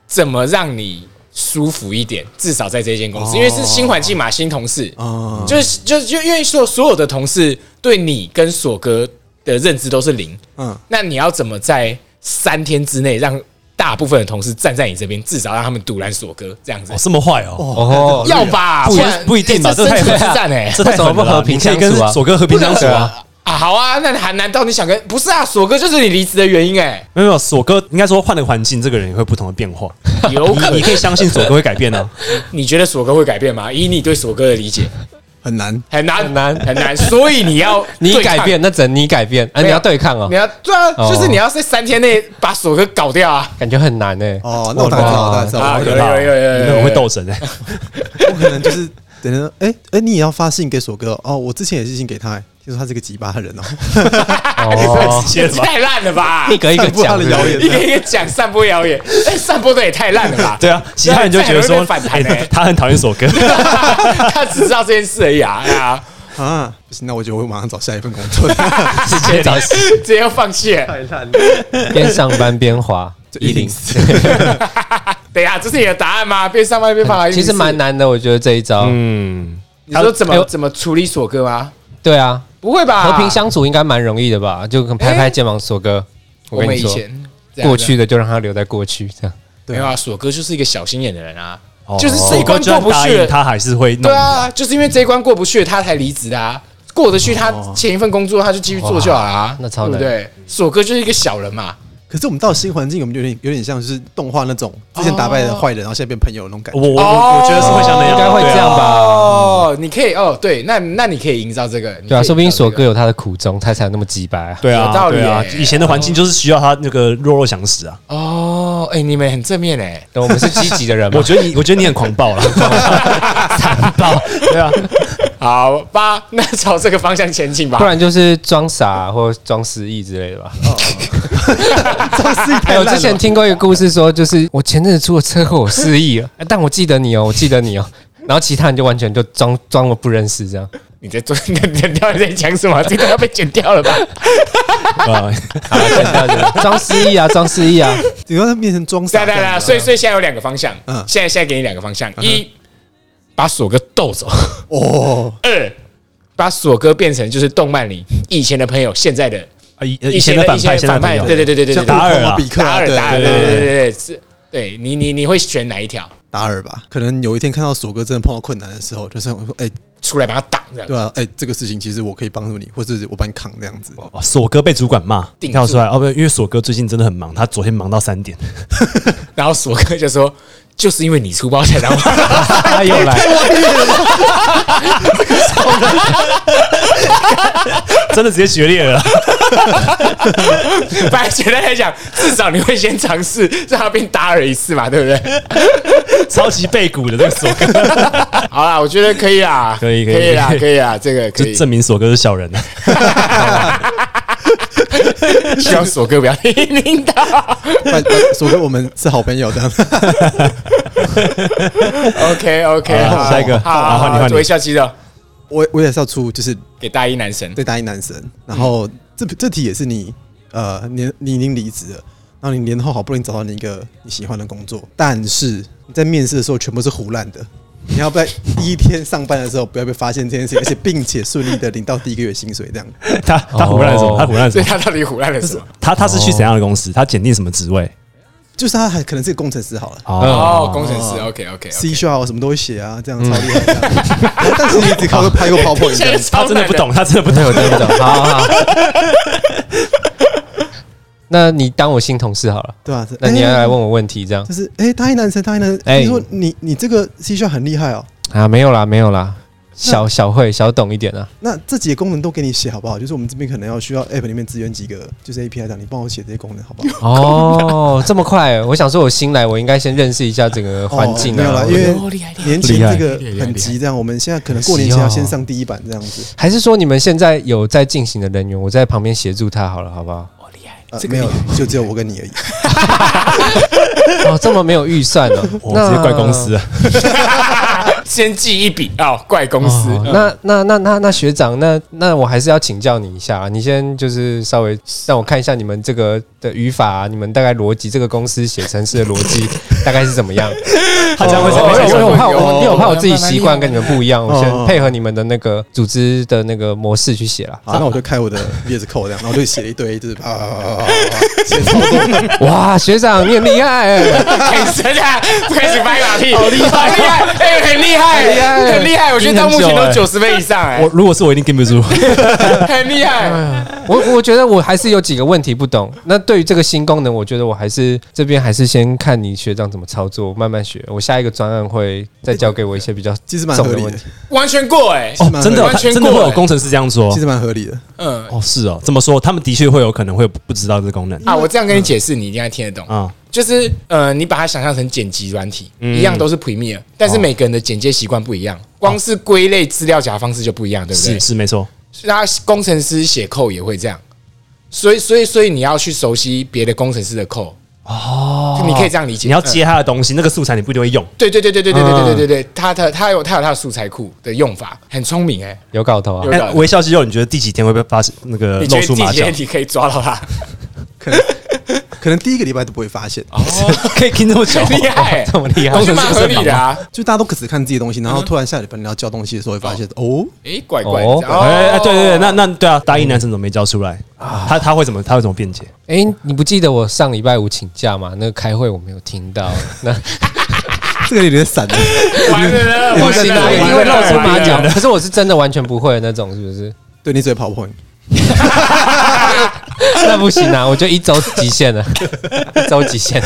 [SPEAKER 1] 怎么让你舒服一点？至少在这间公司，因为是新环境嘛，新同事，
[SPEAKER 4] 哦嗯
[SPEAKER 1] 就是就就因为所所有的同事对你跟索哥的认知都是零，
[SPEAKER 4] 嗯，
[SPEAKER 1] 那你要怎么在三天之内让大部分的同事站在你这边，至少让他们堵拦索哥这样子
[SPEAKER 2] 哦？这么坏哦，
[SPEAKER 3] 哦
[SPEAKER 1] 要吧，
[SPEAKER 2] 不一
[SPEAKER 1] 然
[SPEAKER 2] 不一定吧，
[SPEAKER 1] 欸
[SPEAKER 2] 这
[SPEAKER 1] 这
[SPEAKER 2] 太
[SPEAKER 1] 生存
[SPEAKER 2] 狠
[SPEAKER 1] 之战哎、
[SPEAKER 2] 了，这太
[SPEAKER 3] 为什么
[SPEAKER 2] 狠了
[SPEAKER 3] 不和平
[SPEAKER 2] 你可以
[SPEAKER 3] 相处
[SPEAKER 2] 跟
[SPEAKER 3] 啊
[SPEAKER 2] 锁哥和平相处啊。
[SPEAKER 1] 啊，好啊，那还难道你想跟不是啊？索哥就是你离职的原因哎、
[SPEAKER 2] 没有没有，锁哥应该说换了环境，这个人也会有不同的变化。
[SPEAKER 1] 有可
[SPEAKER 2] 你
[SPEAKER 1] 能
[SPEAKER 2] 可以相信锁哥会改变哦 的、
[SPEAKER 1] 你觉得索哥会改变吗？以你对索哥的理解，
[SPEAKER 4] 很难。
[SPEAKER 1] 很难
[SPEAKER 3] 很难
[SPEAKER 1] 很难，所以你要
[SPEAKER 3] 你
[SPEAKER 1] 对抗
[SPEAKER 3] 改，变，那只能你改变，
[SPEAKER 1] 没
[SPEAKER 3] 啊，
[SPEAKER 1] 有
[SPEAKER 3] 你要对抗哦
[SPEAKER 1] 你，要对啊，
[SPEAKER 3] 哦
[SPEAKER 1] 就是你要在三天内把索哥搞掉啊！
[SPEAKER 3] 感觉很难哎，
[SPEAKER 4] 哦，那我大概知道，
[SPEAKER 3] 哇
[SPEAKER 4] 我大概知
[SPEAKER 1] 啊
[SPEAKER 4] 道，我
[SPEAKER 1] 有
[SPEAKER 4] 可
[SPEAKER 1] 有
[SPEAKER 4] 能
[SPEAKER 1] 有有有
[SPEAKER 2] 你们很会斗神哎、
[SPEAKER 4] 我可能就是等着，哎哎，你也要发信给索哥哦哦，我之前也是信给他，哎听说他是个鸡巴人 哦，
[SPEAKER 3] 哦，
[SPEAKER 2] 谢了吧
[SPEAKER 1] 太烂了 吧！
[SPEAKER 3] 一个一个
[SPEAKER 4] 散播 他
[SPEAKER 3] 讲
[SPEAKER 4] 的谣言
[SPEAKER 1] 一 个一个讲散播谣言，哎，散播的也太烂了吧？
[SPEAKER 2] 对啊，其他人就觉得
[SPEAKER 1] 这样
[SPEAKER 2] 说
[SPEAKER 1] 会被反弹
[SPEAKER 2] 哎
[SPEAKER 1] 欸
[SPEAKER 2] 他很讨厌 锁哥，
[SPEAKER 1] 他只知道这件事而已啊！啊，
[SPEAKER 4] 啊，不行，那我觉得我会马上找下一份工 作，
[SPEAKER 2] 直接找
[SPEAKER 1] 直接要放弃了。
[SPEAKER 4] 太烂了，
[SPEAKER 3] 边上班边滑，
[SPEAKER 4] 一零四，
[SPEAKER 1] 等一下，这是你的答案吗？边上班边放，啊
[SPEAKER 3] 其实蛮。难的，我觉得这一招，
[SPEAKER 2] 嗯，
[SPEAKER 1] 你说怎
[SPEAKER 3] 哎
[SPEAKER 1] 么
[SPEAKER 3] 呦
[SPEAKER 1] 怎么处理索哥吗？
[SPEAKER 3] 对啊，
[SPEAKER 1] 不会吧？
[SPEAKER 3] 和平相处应该蛮容易的吧？就拍拍肩膀，索哥，
[SPEAKER 1] 我
[SPEAKER 3] 我跟
[SPEAKER 1] 们
[SPEAKER 3] 你
[SPEAKER 1] 以
[SPEAKER 3] 说，
[SPEAKER 1] 前啊这样
[SPEAKER 3] 过去的就让他留在过去，这样
[SPEAKER 1] 没有啊，锁哥就是一个小心眼的人啊，
[SPEAKER 2] 哦
[SPEAKER 1] 就是这一
[SPEAKER 2] 锁哥
[SPEAKER 1] 关
[SPEAKER 2] 就
[SPEAKER 1] 过
[SPEAKER 2] 算
[SPEAKER 1] 不
[SPEAKER 2] 答
[SPEAKER 1] 去
[SPEAKER 2] 应
[SPEAKER 1] 了，
[SPEAKER 2] 他还是会弄你
[SPEAKER 1] 对，啊，就是因为这一关过不去，他才离职的啊。过得去，他前一份工作他就继续做就好了啊
[SPEAKER 3] 哦哇，那超
[SPEAKER 1] 对
[SPEAKER 3] 难
[SPEAKER 1] 不对？锁哥就是一个小人嘛，
[SPEAKER 4] 可是我们到新环境，我们有点有点像是动画那种之前打败的坏人，
[SPEAKER 1] 哦
[SPEAKER 4] 然后现在变朋友那种感
[SPEAKER 2] 我
[SPEAKER 4] 觉。
[SPEAKER 2] 我我我觉得是会像那样，
[SPEAKER 3] 应该会
[SPEAKER 2] 对啊
[SPEAKER 3] 这样吧
[SPEAKER 1] 哦，你可以哦，对，那那你可以营造这个，你可以
[SPEAKER 3] 对啊，说不定
[SPEAKER 1] 营造
[SPEAKER 3] 索
[SPEAKER 1] 这个
[SPEAKER 3] 哥有他的苦衷，他才那么鸡掰啊。
[SPEAKER 2] 对
[SPEAKER 1] 有
[SPEAKER 2] 啊，
[SPEAKER 1] 道理
[SPEAKER 2] 对啊，
[SPEAKER 1] 欸
[SPEAKER 2] 以前的环境就是需要他那个弱肉强食啊。
[SPEAKER 1] 哦，哎，你们很正面哎，
[SPEAKER 3] 对我们是积极的人嘛
[SPEAKER 2] 我，觉得你，我觉得你很狂暴了，残暴，对啊，
[SPEAKER 1] 好吧，那朝这个方向前进吧
[SPEAKER 3] 不。然就是装傻或装失忆之类 的吧。
[SPEAKER 4] 还
[SPEAKER 3] 哎，我之前听过一个故事，说就是我前阵子出了车祸，我失忆了， 哎但我记得你哦，我记得你哦。然后其他人就完全就装装我不认识这样。
[SPEAKER 1] 你在做，你在你在讲什么？这个要被剪掉了吧？
[SPEAKER 2] 啊，
[SPEAKER 3] 好了剪掉剪掉 装失忆啊，装失忆啊，
[SPEAKER 4] 你说他变成装
[SPEAKER 1] 对
[SPEAKER 4] 傻
[SPEAKER 1] 啊对
[SPEAKER 4] 这
[SPEAKER 1] 啊对
[SPEAKER 4] 样
[SPEAKER 1] 啊，
[SPEAKER 4] 子，
[SPEAKER 1] 所以所以现在有两个方向，
[SPEAKER 4] 嗯
[SPEAKER 1] 现在现在给你两个方向，一把索哥逗走，
[SPEAKER 4] 哦，
[SPEAKER 1] 二把索哥变成就是动漫里以前的朋友，现在的
[SPEAKER 2] 以呃以前的反派，现在的朋友
[SPEAKER 1] 对对对对对对，
[SPEAKER 4] 像
[SPEAKER 2] 达尔啊
[SPEAKER 4] 啊，比克
[SPEAKER 1] 达
[SPEAKER 4] 啊，
[SPEAKER 1] 尔
[SPEAKER 4] 对
[SPEAKER 1] 达尔，
[SPEAKER 4] 对
[SPEAKER 1] 对
[SPEAKER 4] 对
[SPEAKER 1] 对对
[SPEAKER 4] 对对
[SPEAKER 1] 对，是，对你你你会选哪一条
[SPEAKER 4] 达尔吧？可能有一天看到索哥真的碰到困难的时候，就是我说，哎，
[SPEAKER 1] 出来把他挡这样？
[SPEAKER 4] 对啊，哎，这个事情其实我可以帮助你，或者是我帮你扛这样子。
[SPEAKER 2] 哦锁哥被主管骂，
[SPEAKER 1] 顶住
[SPEAKER 2] 跳出来哦，不，因为锁哥最近真的很忙，他昨天忙到三点，
[SPEAKER 1] 然后索哥就说。就是因为你出包才让我，
[SPEAKER 3] 他又来，
[SPEAKER 2] 真的直接决裂了。
[SPEAKER 1] 本来觉得在讲，至少你会先尝试让他变达尔一次嘛，对不对？
[SPEAKER 2] 超级背骨的这个锁哥，
[SPEAKER 1] 好啦，我觉得可以啦，
[SPEAKER 2] 可以可
[SPEAKER 1] 可
[SPEAKER 2] 以
[SPEAKER 1] 以啦
[SPEAKER 2] 可，以
[SPEAKER 1] 可以啦，这个可
[SPEAKER 2] 就
[SPEAKER 1] 以。
[SPEAKER 2] 证明锁哥是小人啊。
[SPEAKER 1] 希望索哥不要听领导。
[SPEAKER 4] 反反索哥，我们是好朋友这样。
[SPEAKER 1] OK OK，
[SPEAKER 2] 好下一个好
[SPEAKER 1] 好，
[SPEAKER 2] 换你换你
[SPEAKER 1] 微笑肌肉
[SPEAKER 4] 我我也是要出就是
[SPEAKER 1] 给大一男神，
[SPEAKER 4] 对大一男神，然后
[SPEAKER 1] 嗯
[SPEAKER 4] 这这题也是你呃年你已经离职了，然后你年后好不容易找到你一个你喜欢的工作，但是你在面试的时候全部是胡乱的。你要 不在第一天上班的时候不要被发现这件事情，而且并且顺利的领到第一个月薪水，这样
[SPEAKER 2] 他他胡乱了什么？他胡乱了什
[SPEAKER 1] 所以
[SPEAKER 2] 么？
[SPEAKER 1] 他到底胡乱了什么？
[SPEAKER 2] 他他是去怎样的公司？他检定什么职位？
[SPEAKER 4] 就是他还可能是个工程师好了
[SPEAKER 1] 哦，工程师，OK OK，
[SPEAKER 4] ，C sharp 什么都会写啊，这样超厉害的。然后但是你只靠会拍过 PowerPoint，这样
[SPEAKER 2] 他真的不懂，他真的不
[SPEAKER 3] 对，我
[SPEAKER 2] 懂。
[SPEAKER 3] 真的不懂。好好好，那你当我新同事好了。
[SPEAKER 4] 对吧？
[SPEAKER 3] 那你要
[SPEAKER 4] 哎
[SPEAKER 3] 来问我问题这样
[SPEAKER 4] 就是哎、大一男生，大一男生，
[SPEAKER 3] 哎
[SPEAKER 4] 你说你你这个 C sharp 很厉害哦，
[SPEAKER 3] 啊？没有啦，没有啦，小小会小懂一点啊。
[SPEAKER 4] 那这几个功能都给你写好不好？就是我们这边可能要需要 App 里面支援几个，就是 API 这样，你帮我写这些功能好不好？
[SPEAKER 3] 哦，这么快？我想说，我新来，我应该先认识一下整个环境
[SPEAKER 4] 哦没有
[SPEAKER 3] 啊
[SPEAKER 4] 啦，。
[SPEAKER 3] 我
[SPEAKER 4] 因为
[SPEAKER 1] 哦厉害厉害
[SPEAKER 4] 年前
[SPEAKER 2] 厉害
[SPEAKER 4] 这个
[SPEAKER 1] 厉害厉害
[SPEAKER 4] 很急，这样我们现在可能过年前要先上第一版这样子。
[SPEAKER 3] 还是说你们现在有在进行的人员，我在旁边协助他好了，好不好？
[SPEAKER 1] 哦厉害，
[SPEAKER 4] 呃
[SPEAKER 1] 这，个
[SPEAKER 4] 没有
[SPEAKER 1] 厉害，
[SPEAKER 4] 就只有我跟你而已。
[SPEAKER 3] 哦，这么没有预算哦，
[SPEAKER 2] 我直接怪公司啊。
[SPEAKER 1] 先记一笔哦，怪公司
[SPEAKER 3] 哦。
[SPEAKER 1] 嗯
[SPEAKER 3] 那那那那那学长，那那我还是要请教你一下啊，你先就是稍微让我看一下你们这个的语法啊、你们大概逻辑，这个公司写程式的逻辑大概是怎么样？
[SPEAKER 2] 他这样会
[SPEAKER 1] 哦
[SPEAKER 2] 被
[SPEAKER 1] 哎呦
[SPEAKER 2] 笑
[SPEAKER 3] 因为
[SPEAKER 2] 成
[SPEAKER 3] 我怕
[SPEAKER 1] 有
[SPEAKER 3] 我，因为我怕我自己
[SPEAKER 1] 慢慢
[SPEAKER 3] 习惯跟你们不一样，我
[SPEAKER 4] 哦
[SPEAKER 3] 先配合你们的那个组织的那个模式去写啦。
[SPEAKER 4] 好，那我就开我的 VS Code 这样，然后就写了一堆，就是啊啊啊啊啊，写操 作。
[SPEAKER 3] 哇，学长你很厉害、 欸，
[SPEAKER 1] 很神啊！开始拍马屁，好厉害，厉害，哎，很厉害，很厉害！我觉得到目前都九十分以上，哎
[SPEAKER 2] 我，如果是我，一定跟 不住。
[SPEAKER 1] 很厉害。
[SPEAKER 3] 我我觉得我还是有几个问题不懂。那对于这个新功能，我觉得我还是这边还是先看你学长怎么操作，慢慢学。我下一个专案会再交给我一些比较
[SPEAKER 4] 其实蛮
[SPEAKER 3] 重
[SPEAKER 4] 合
[SPEAKER 3] 的
[SPEAKER 4] 理
[SPEAKER 3] 问
[SPEAKER 4] 的
[SPEAKER 3] 题。
[SPEAKER 1] 完全过哎、
[SPEAKER 4] 哦蛮合
[SPEAKER 2] 真
[SPEAKER 4] 理
[SPEAKER 2] 的，
[SPEAKER 1] 完
[SPEAKER 2] 他
[SPEAKER 1] 全
[SPEAKER 2] 真的会
[SPEAKER 1] 过
[SPEAKER 2] 有
[SPEAKER 1] 欸
[SPEAKER 2] 工程师这样说
[SPEAKER 4] 其。实蛮合理的。
[SPEAKER 1] 嗯
[SPEAKER 2] 哦，是哦，这么说，他们的确会有可能会不知道这功能
[SPEAKER 1] 啊，我这样跟你解释，你一定要听得懂。
[SPEAKER 2] 啊。
[SPEAKER 1] 就是呃，你把它想象成剪辑软体，
[SPEAKER 2] 嗯
[SPEAKER 1] 一样都是 Premiere，但是每个人的剪接习惯不一样，光是归类资料夹方式就不一样，对不对
[SPEAKER 2] 哦是？是没错，
[SPEAKER 1] 那工程师写扣也会这样，所以所以所以你要去熟悉别的工程师的扣哦，你可以这样理解。呃
[SPEAKER 2] 你要嗯接他的东西，那个素材你不一定会用。
[SPEAKER 1] 对对对对对对对对对对，他他他有他有他的素材库的用法，很聪明哎。
[SPEAKER 3] 有搞头啊
[SPEAKER 1] 有！
[SPEAKER 2] 哎，微笑肌肉，你觉得第几天会被发现那
[SPEAKER 1] 你
[SPEAKER 2] 个呃露
[SPEAKER 1] 觉得
[SPEAKER 2] 出
[SPEAKER 1] 第
[SPEAKER 2] 马
[SPEAKER 1] 几
[SPEAKER 2] 脚
[SPEAKER 1] 天？你可以抓到他？
[SPEAKER 4] 可能可能第一个礼拜都不会发现，
[SPEAKER 2] 哦可以听这么久，
[SPEAKER 1] 厉害
[SPEAKER 2] 哦
[SPEAKER 1] 欸
[SPEAKER 2] 这么厉害，
[SPEAKER 1] 我觉得蛮合理的啊。
[SPEAKER 4] 就大家都只看自己的东西，然后突然下礼拜你要交东西的时候会发现，哦，
[SPEAKER 1] 诶，怪怪
[SPEAKER 3] 哦
[SPEAKER 1] 的。
[SPEAKER 2] 哎，哎对对对，那那对啊，大一男生怎么没教出来？
[SPEAKER 1] 啊
[SPEAKER 2] 他他会怎么他会怎么辩解？
[SPEAKER 3] 哎、你不记得我上礼拜五请假吗？那个开会我没有听 到，那
[SPEAKER 4] 这个有点散了。
[SPEAKER 1] 完了，
[SPEAKER 4] 不
[SPEAKER 1] 不
[SPEAKER 4] 行
[SPEAKER 1] 行
[SPEAKER 4] 啊
[SPEAKER 1] 了，
[SPEAKER 4] 完了
[SPEAKER 3] 因为露出马脚
[SPEAKER 1] 完了。
[SPEAKER 3] 可是我是真的完全不会的那种，是不 是？
[SPEAKER 4] 对你只会 PowerPoint。
[SPEAKER 3] 那不行啊！我就一周极限 了，一周极限。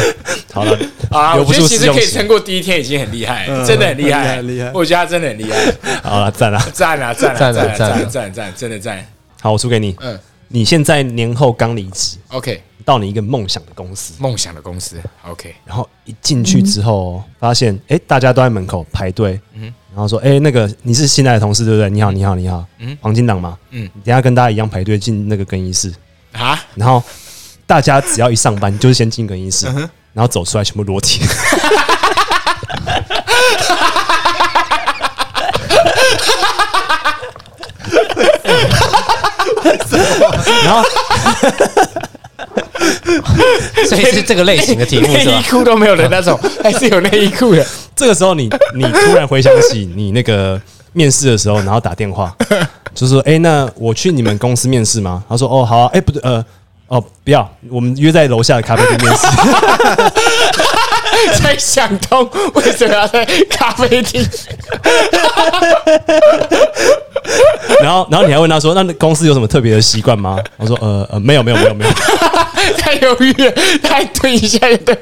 [SPEAKER 2] 好了，
[SPEAKER 1] 啊，
[SPEAKER 2] 留
[SPEAKER 1] 我
[SPEAKER 2] 不
[SPEAKER 1] 觉
[SPEAKER 2] 住
[SPEAKER 1] 得其
[SPEAKER 2] 试
[SPEAKER 1] 实
[SPEAKER 2] 用
[SPEAKER 1] 可以
[SPEAKER 2] 期
[SPEAKER 1] 撑。过第一天已经很厉害
[SPEAKER 4] 嗯，
[SPEAKER 1] 真的很厉害，
[SPEAKER 4] 很厉害很厉害
[SPEAKER 1] 我觉得他真的很厉害，
[SPEAKER 2] 好了，赞了。
[SPEAKER 1] 赞啊赞啊
[SPEAKER 3] 赞
[SPEAKER 1] 赞啊
[SPEAKER 3] 啊赞
[SPEAKER 1] 赞
[SPEAKER 3] 啊
[SPEAKER 1] 啊赞啊赞啊，真的赞。
[SPEAKER 2] 好，我输给你。
[SPEAKER 1] 嗯
[SPEAKER 2] 你现在年后刚离职，
[SPEAKER 1] ，OK，
[SPEAKER 2] 到你一个梦想的公司，
[SPEAKER 1] 梦想的公司，OK，
[SPEAKER 2] 然后一进去之后，发现哎、诶大家都在门口排队，嗯，然后说哎、诶那个你是新来的同事对不对？你好，你好，你好，嗯
[SPEAKER 1] 嗯，
[SPEAKER 2] 黄金档嘛，
[SPEAKER 1] 嗯，
[SPEAKER 2] 嗯你等一下跟大家一样排队进那个更衣室，
[SPEAKER 1] 啊，
[SPEAKER 2] 然后大家只要一上班就是先进更衣室，然后走出来全部裸体， 然后
[SPEAKER 3] 所以是这个类型的题目
[SPEAKER 1] 内
[SPEAKER 3] 是 吧
[SPEAKER 1] 衣？裤都没有的那种，还是有内衣裤的，
[SPEAKER 2] 这个时候 你你突然回想起你那个面试的时候，然后打电 话，就说：“哎、那我去你们公司面试吗？”他说：“哦，好啊，哎、不对，呃，哦，不要，我们约在楼下的咖啡店面试。
[SPEAKER 1] 在想通为什么要在咖啡厅？”
[SPEAKER 2] 然后，然后你还问他说：“那公司有什么特别的习惯吗？”我说：“呃呃，没有，没有，没有，没 有。
[SPEAKER 1] 太犹豫了，他还蹲一下也对，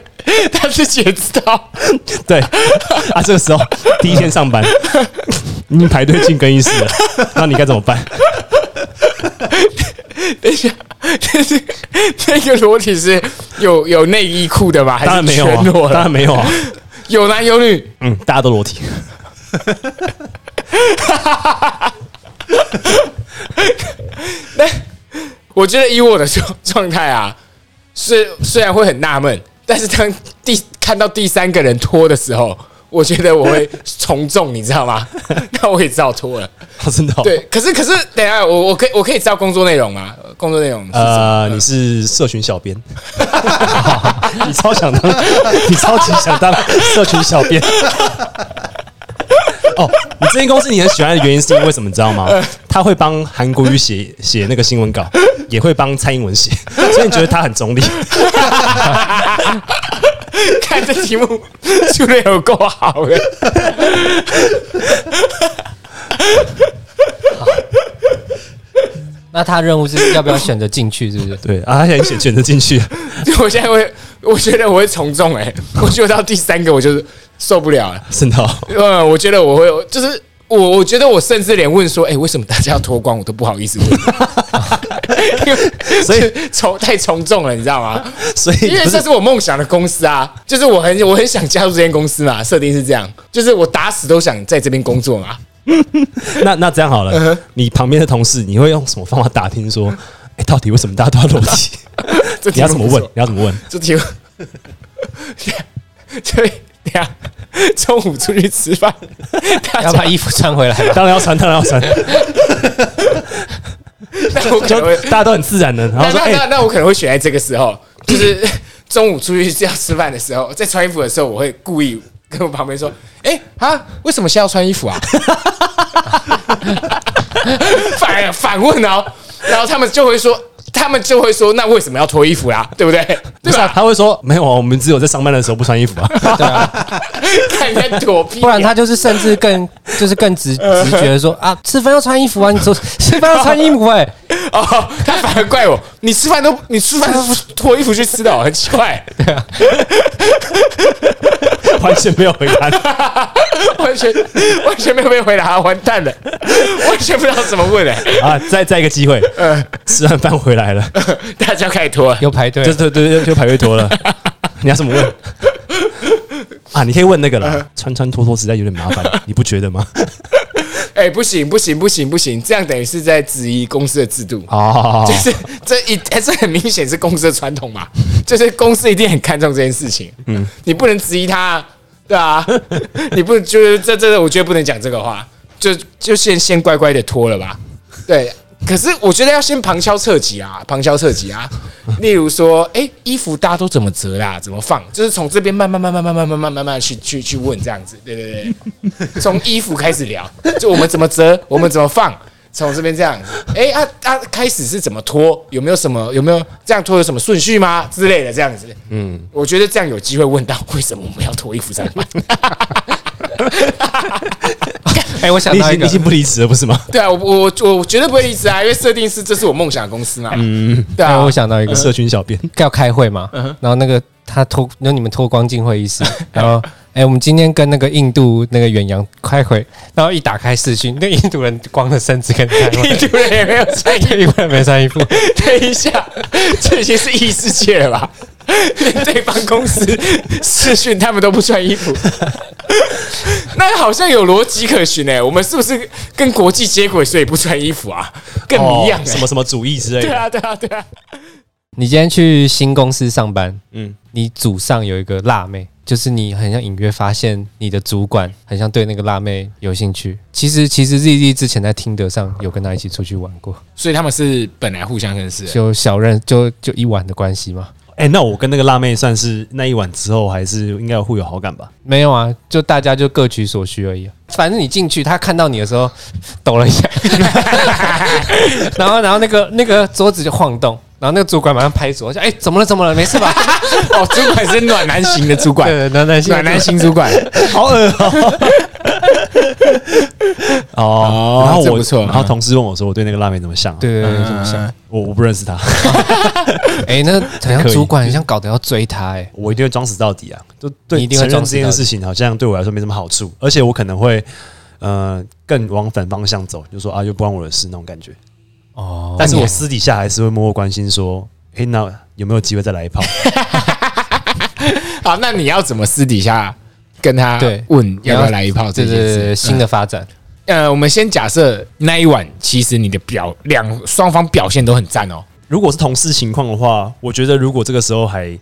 [SPEAKER 1] 他自己也知道。”
[SPEAKER 2] 对啊，这个时候第一天上班，你排队进更衣室了，那你该怎么办？
[SPEAKER 1] 等一下，但是那个裸体是有有内衣裤的吗？还
[SPEAKER 2] 当
[SPEAKER 1] 是
[SPEAKER 2] 然没有
[SPEAKER 1] 全裸
[SPEAKER 2] 啊，
[SPEAKER 1] 的
[SPEAKER 2] 当然没有啊，
[SPEAKER 1] 有男有女，
[SPEAKER 2] 嗯，大家都裸体。
[SPEAKER 1] 我觉得以我的状状态啊，虽虽然会很纳闷，但是当第看到第三个人拖的时候，我觉得我会从众，你知道吗？ 那我也知道拖了。
[SPEAKER 2] 哦真的哦。
[SPEAKER 1] 对，可是可是，等一下我我可以我可以知道工作内容吗？工作内容是 什么？
[SPEAKER 2] 呃，你是社群小编， 你超想当，你超级想当社群小编。 哦，你这间公司你很喜欢的原因是因为什么？你知道吗？他会帮韩国瑜写写那个新闻稿，也会帮蔡英文写，所以你觉得他很中立。
[SPEAKER 1] 看这题目出的有够好的，
[SPEAKER 3] 那他任务是要不要选择进去？是不是？
[SPEAKER 2] 对啊，他想选选择进去，
[SPEAKER 1] 我现在会，我觉得我会从众哎、我觉得到第三个我就是受不了了。
[SPEAKER 2] 真的哦、
[SPEAKER 1] 呃，我觉得我会，就是我，我觉得我甚至连问说，哎、为什么大家要脱光，我都不好意思问， 因为
[SPEAKER 2] 所以
[SPEAKER 1] 就是从太从众了，你知道吗？
[SPEAKER 2] 所以
[SPEAKER 1] 因为
[SPEAKER 2] 不
[SPEAKER 1] 这
[SPEAKER 2] 是
[SPEAKER 1] 是我梦想的公司啊，就是我很我很想加入这间公司嘛，设定是这样，就是我打死都想在这边工作嘛。
[SPEAKER 2] 那那这样好了，你旁边的同事你会用什么方法打听说，哎、到底为什么大家都要裸体？
[SPEAKER 1] 这题
[SPEAKER 2] 你要怎
[SPEAKER 1] 目
[SPEAKER 2] 么
[SPEAKER 1] 不
[SPEAKER 2] 问？
[SPEAKER 1] 错
[SPEAKER 2] 你？要怎么问？
[SPEAKER 1] 这题目， 对，等一下中午出去吃饭，大
[SPEAKER 3] 要
[SPEAKER 1] 家
[SPEAKER 3] 把衣服穿回来吧。
[SPEAKER 2] 当然要穿，当然要穿。
[SPEAKER 1] 那我可
[SPEAKER 2] 就
[SPEAKER 1] 能会
[SPEAKER 2] 大家都很自然的，然后
[SPEAKER 1] 那
[SPEAKER 2] 说：“
[SPEAKER 1] 那
[SPEAKER 2] 哎、
[SPEAKER 1] 那那我可能会选在这个时候，就是 中午出去这样吃饭的时候，在穿衣服的时候，我会故意跟我旁边说：“哎、啊，为什么现在要穿衣服啊？” 反反问哦，然后他们就会说，他们就会说：“那为什么要脱衣服啦、对不 对？”
[SPEAKER 2] 不
[SPEAKER 1] 对
[SPEAKER 2] 是、啊，
[SPEAKER 1] 吧？
[SPEAKER 2] 他会说没有啊，我们只有在上班的时候不穿衣服啊。
[SPEAKER 1] 看人家躲避，
[SPEAKER 3] 不然他就是甚至更就是更直 直觉地说啊，吃饭要穿衣服啊，你说 吃饭要穿衣服哎、
[SPEAKER 1] 哦，他反而怪我，你吃饭都你吃饭都脱衣服去吃的、哦，很奇怪，
[SPEAKER 2] 完全没有回答你。
[SPEAKER 1] 完全完全没有被回答，完蛋了， 完全不知道怎么问哎、
[SPEAKER 2] 啊！再再一个机会，吃完饭回来了，
[SPEAKER 1] 大家开始脱了。
[SPEAKER 3] 有排队
[SPEAKER 2] 就，就就就排位多了。你要怎么问？啊，你可以问那个了，穿穿脱脱实在有点麻烦，你不觉得吗？
[SPEAKER 1] 哎、不行不行不行不行，这样等于是在质疑公司的制度。
[SPEAKER 2] 哦，
[SPEAKER 1] 就是这一，哎这很明显是公司的传统嘛，就是公司一定很看重这件事情。嗯，你不能质疑他啊，对啊，你不就是这这，我觉得不能讲这个话，就就先先乖乖的脱了吧。对，可是我觉得要先旁敲侧击啊，旁敲侧击啊。例如说，哎、衣服大家都怎么折啦，怎么放，就是从这边慢慢慢慢慢慢慢慢慢慢去去去问这样子，对对对。从衣服开始聊，就我们怎么折，我们怎么放，从这边这样，哎、啊啊，开始是怎么脱，有没有什么有没有这样脱有什么顺序吗之类的这样子，嗯，我觉得这样有机会问到为什么我们要脱衣服上班，
[SPEAKER 3] 哎、我想
[SPEAKER 2] 你已
[SPEAKER 3] 到一
[SPEAKER 2] 经你
[SPEAKER 3] 个
[SPEAKER 2] 已，经不离职了，不是吗？
[SPEAKER 1] 对啊，我我我我绝对不会离职啊，因为设定是这是我梦想的公司嘛，嗯，对
[SPEAKER 3] 哎、
[SPEAKER 1] 啊，
[SPEAKER 3] 我想到一个，
[SPEAKER 2] 社群小编，
[SPEAKER 3] 要开会嘛，然后那个他脱，然后你们脱光进会议 室，然后哎、我们今天跟那个印度那个远洋开会，然后一打开视讯，那个印度人光着身子跟他开
[SPEAKER 1] 印
[SPEAKER 3] 会，
[SPEAKER 1] 度人啊也没有穿衣服
[SPEAKER 3] 印度人没穿衣服，
[SPEAKER 1] 等一下，这已经是异世界了吧？ 连对方公司试训他们都不穿衣服， 那好像有逻辑可循哎、我们是不是跟国际接轨，所以不穿衣服啊？更
[SPEAKER 2] 哦
[SPEAKER 1] 一样、欸
[SPEAKER 2] 什么？什么主义之类
[SPEAKER 1] 对
[SPEAKER 2] 的。
[SPEAKER 1] 啊，对啊，对啊！
[SPEAKER 3] 你今天去新公司上班，
[SPEAKER 2] 嗯
[SPEAKER 3] 嗯，你组上有一个辣妹，就是你很像隐约发现你的主管很像对那个辣妹有兴趣。其实其实 Z Z 之前在听得上有跟她一起出去玩过，
[SPEAKER 1] 所以他们是本来互相认识、欸，
[SPEAKER 3] 就小认就就一晚的关系嘛。
[SPEAKER 2] 哎、那我跟那个辣妹算是那一晚之后，还是应该有互有好感吧？
[SPEAKER 3] 没有啊，就大家就各取所需而已啊。反正你进去，他看到你的时候抖了一下， 然后然后那个那个桌子就晃动，然后那个主管马上拍桌说：“哎、怎么了？怎么了？没事吧
[SPEAKER 1] 哦，主管是暖男型的主？”管，
[SPEAKER 3] 对，暖 男
[SPEAKER 1] 暖男型主管，
[SPEAKER 2] 好恶哦！哦，然后
[SPEAKER 1] 这
[SPEAKER 2] 我
[SPEAKER 1] 不错
[SPEAKER 2] 然后同事问我说，我对那个辣妹怎么想、啊？
[SPEAKER 3] 对对对，这么想。
[SPEAKER 1] 嗯，
[SPEAKER 2] 我我不认识她，
[SPEAKER 3] 哎、那好像主管很像搞得要追他哎、
[SPEAKER 2] 我一定会装死到底啊！就
[SPEAKER 3] 你
[SPEAKER 2] 对，
[SPEAKER 3] 一定会
[SPEAKER 2] 承认
[SPEAKER 3] 装
[SPEAKER 2] 这
[SPEAKER 3] 死到底
[SPEAKER 2] 件事情好像对我来说没什么好处，而且我可能会呃更往反方向走，就说啊又不关我的事那种感觉。
[SPEAKER 3] 哦，
[SPEAKER 2] 但是我私底下还是会默默关心说，诶，那有没有机会再来一炮？
[SPEAKER 1] 好，那你要怎么私底下跟他
[SPEAKER 3] 对
[SPEAKER 1] 问要不要来一炮这
[SPEAKER 3] 对
[SPEAKER 1] 件
[SPEAKER 3] 对对
[SPEAKER 1] 事
[SPEAKER 3] 对？新的发展，
[SPEAKER 1] 呃，我们先假设那一晚，其实你的表两双方表现都很赞哦。
[SPEAKER 2] 如果是同事情况的话，我觉得如果这个时候还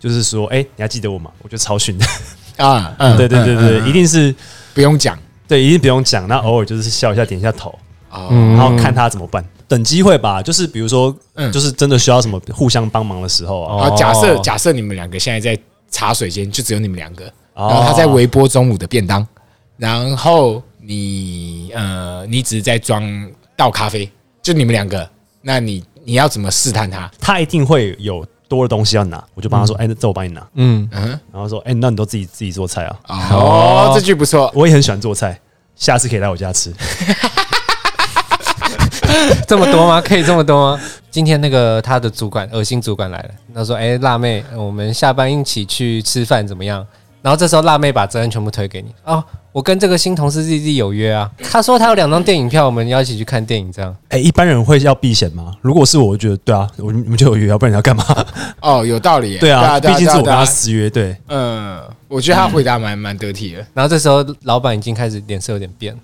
[SPEAKER 2] 就是说，哎、你还记得我吗？我就超 训的，
[SPEAKER 1] 啊，嗯
[SPEAKER 2] 对对对对，
[SPEAKER 1] 嗯
[SPEAKER 2] 一定是
[SPEAKER 1] 不用讲
[SPEAKER 2] 对，一定不用讲。那偶尔就是笑一下，点一下头，
[SPEAKER 1] 啊，
[SPEAKER 2] 然后看他怎么办，等机会吧。就是比如说，
[SPEAKER 1] 嗯
[SPEAKER 2] 就是真的需要什么互相帮忙的时候啊，
[SPEAKER 1] 好，假设
[SPEAKER 3] 哦
[SPEAKER 1] 假设你们两个现在在茶水间，就只有你们两个，
[SPEAKER 2] 哦
[SPEAKER 1] 然后他在微波中午的便当，然后你呃，你只是在装倒咖啡，就你们两个，那你你要怎么试探他？
[SPEAKER 2] 他一定会有多的东西要拿，我就帮他说，哎、那这我帮你拿。
[SPEAKER 3] 嗯，
[SPEAKER 1] 嗯，
[SPEAKER 2] 然后说，哎、那你都自己自己做菜啊？
[SPEAKER 1] 哦，这句不错，
[SPEAKER 2] 我也很喜欢做菜，下次可以来我家吃。
[SPEAKER 3] 这么多吗？可以这么多吗？ 今天那个他的主管，恶心主管来了，他说：“哎、辣妹，我们下班一起去吃饭怎么样？”然后这时候辣妹把责任全部推给你哦，我跟这个新同事 Z Z 有约啊， 他说他有两张电影票，我们要一起去看电影，这样
[SPEAKER 2] 哎、一般人会要避嫌吗？如果是我，我就觉得对啊，我你们就有约，要不然你 要干嘛？
[SPEAKER 1] 哦，有道理耶，
[SPEAKER 2] 对啊，毕
[SPEAKER 1] 对
[SPEAKER 2] 竟是我跟
[SPEAKER 1] 对啊
[SPEAKER 2] 他私约，对，
[SPEAKER 1] 嗯，我觉得他回答蛮蛮得体的，
[SPEAKER 3] 然后这时候老板已经开始脸色有点变，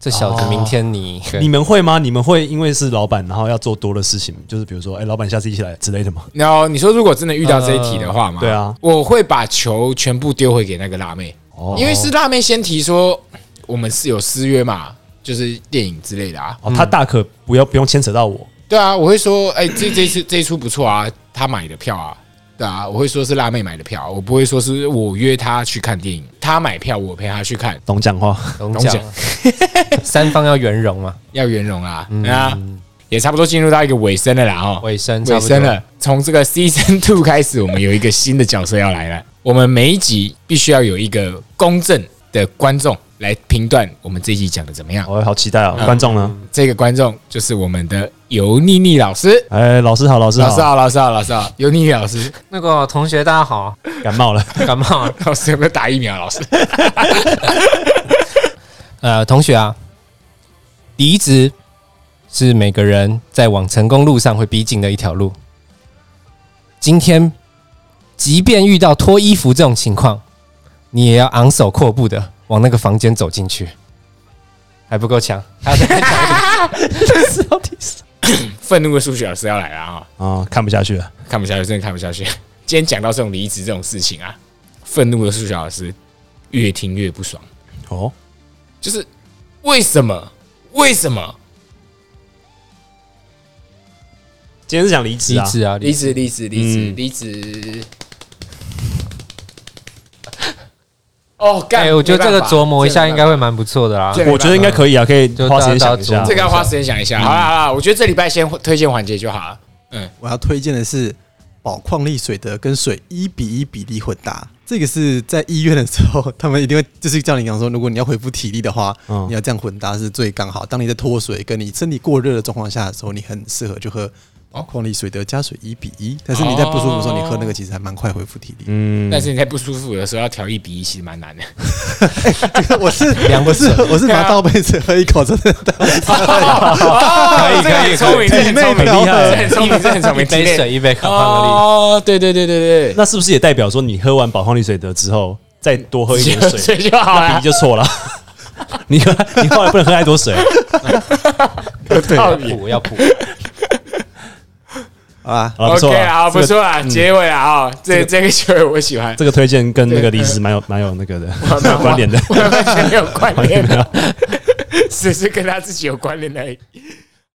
[SPEAKER 3] 这小子明天你、
[SPEAKER 2] 你们会吗？你们会因为是老板，然后要做多的事情，就是比如说，哎、老板下次一起来之类的吗？
[SPEAKER 1] 然后你说如果真的遇到这一题的话嘛，
[SPEAKER 2] 呃对啊
[SPEAKER 1] 我会把球全部丢回给那个辣妹，
[SPEAKER 2] 哦
[SPEAKER 1] 因为是辣妹先提说我们是有私约嘛，就是电影之类的啊，
[SPEAKER 2] 哦，他大可不要不用牵扯到我，
[SPEAKER 1] 对啊，我会说，哎、这这一次这一出不错啊，他买的票啊，对啊，我会说是辣妹买的票，啊我不会说是我约她去看电影，她买票我陪她去看，
[SPEAKER 2] 懂讲话。
[SPEAKER 3] 懂
[SPEAKER 1] 懂
[SPEAKER 3] 讲，哦 三方要圆融嘛，
[SPEAKER 1] 要圆融啦，
[SPEAKER 2] 嗯
[SPEAKER 1] 啊，也差不多进入到一个尾声了啦，哦，
[SPEAKER 3] 尾声差
[SPEAKER 1] 尾
[SPEAKER 3] 不多
[SPEAKER 1] 声，了。从这个 season two 开始，我们有一个新的角色要来了。我们每一集必须要有一个公正的观众来评断我们这一集讲的怎么样。
[SPEAKER 2] 我、好期待哦，观众呢？
[SPEAKER 1] 这个观众就是我们的油腻腻老师。
[SPEAKER 2] 哎、老师好，老师
[SPEAKER 1] 老师
[SPEAKER 2] 好，
[SPEAKER 1] 好，老师好，老师好，油腻腻老师，
[SPEAKER 3] 那个同学大家好，
[SPEAKER 2] 感冒了。
[SPEAKER 3] 感冒啊、
[SPEAKER 1] 老师有没有打疫苗？老师，
[SPEAKER 3] 呃，同学啊，离职是每个人在往成功路上会逼近的一条路。今天，即便遇到脱衣服这种情况，你也要昂首阔步的往那个房间走进去，还不够强，还要再更强一点
[SPEAKER 1] 愤怒的数学老师要来了啊！
[SPEAKER 2] 啊、看不下去了。
[SPEAKER 1] 看不下去，真的看不下去。今天讲到这种离职这种事情啊，愤怒的数学老师越听越不爽。
[SPEAKER 2] 哦，
[SPEAKER 1] 就是为什么？为什么
[SPEAKER 2] 今天是讲离职
[SPEAKER 3] 离
[SPEAKER 2] 啊，
[SPEAKER 3] 职啊，
[SPEAKER 1] 离
[SPEAKER 3] 离职
[SPEAKER 1] 职？离职？离职？
[SPEAKER 2] 嗯
[SPEAKER 1] 离职？ 哦，干、
[SPEAKER 3] 哎，我觉得这个
[SPEAKER 1] 没办法
[SPEAKER 3] 琢磨一下应该
[SPEAKER 1] 这
[SPEAKER 3] 会蛮不错的啦。
[SPEAKER 1] 这
[SPEAKER 2] 我觉得应该可以啊，可以
[SPEAKER 3] 就
[SPEAKER 2] 花时间
[SPEAKER 3] 大
[SPEAKER 2] 想
[SPEAKER 3] 家
[SPEAKER 2] 一下
[SPEAKER 3] 做
[SPEAKER 1] 这。个要花时间想一下。好啦好啦，我觉得这礼拜先推荐环节就好了。
[SPEAKER 4] 我要推荐的是宝矿力水的跟水一比一比例混搭，这个是在医院的时候，他们一定会就是叫你讲说，如果你要恢复体力的话，
[SPEAKER 2] 嗯
[SPEAKER 4] 你要这样混搭是最刚好。当你在脱水跟你身体过热的状况下的时候，你很适合就喝宝矿力水的加水一比一，但是你在不舒服的时候，你喝那个其实还蛮快恢复体力。
[SPEAKER 2] 嗯，
[SPEAKER 1] 但是你在不舒服的时候要调一比一，其实蛮难的。
[SPEAKER 4] 我是我是我是拿倒杯水喝一口，真的
[SPEAKER 1] 可
[SPEAKER 3] 以
[SPEAKER 1] 哦这个
[SPEAKER 3] 可
[SPEAKER 1] 很
[SPEAKER 3] 以
[SPEAKER 1] 聪明，这个
[SPEAKER 4] 体
[SPEAKER 1] 很
[SPEAKER 4] 内
[SPEAKER 1] 聪明，这
[SPEAKER 4] 调和
[SPEAKER 1] 个很聪明，这个很聪
[SPEAKER 3] 一
[SPEAKER 1] 明。
[SPEAKER 3] 杯水一杯可抗力，
[SPEAKER 1] 哦，对对对对对，
[SPEAKER 2] 那是不是也代表说你喝完宝矿力水得之后，再多喝一 点
[SPEAKER 1] 就啊
[SPEAKER 2] 水，
[SPEAKER 1] 就好
[SPEAKER 2] 那比
[SPEAKER 1] 了
[SPEAKER 2] 例。就错了？ 你喝，你后来不能喝太多水啊。
[SPEAKER 4] 对
[SPEAKER 1] 道
[SPEAKER 4] 啊，
[SPEAKER 1] 理
[SPEAKER 3] 补要补。
[SPEAKER 4] 好啦
[SPEAKER 2] 好了，不错
[SPEAKER 1] OK 啊，
[SPEAKER 2] 啊，
[SPEAKER 1] 不
[SPEAKER 2] 这个
[SPEAKER 1] 错啊，结尾啊，哦这这个结尾我喜欢。
[SPEAKER 2] 这个推荐跟那个离职蛮有蛮有那个的
[SPEAKER 1] 好
[SPEAKER 2] 蛮有 关联的。
[SPEAKER 1] 完全没有关联
[SPEAKER 2] 没有
[SPEAKER 1] 的，只是跟他自己有关联而已。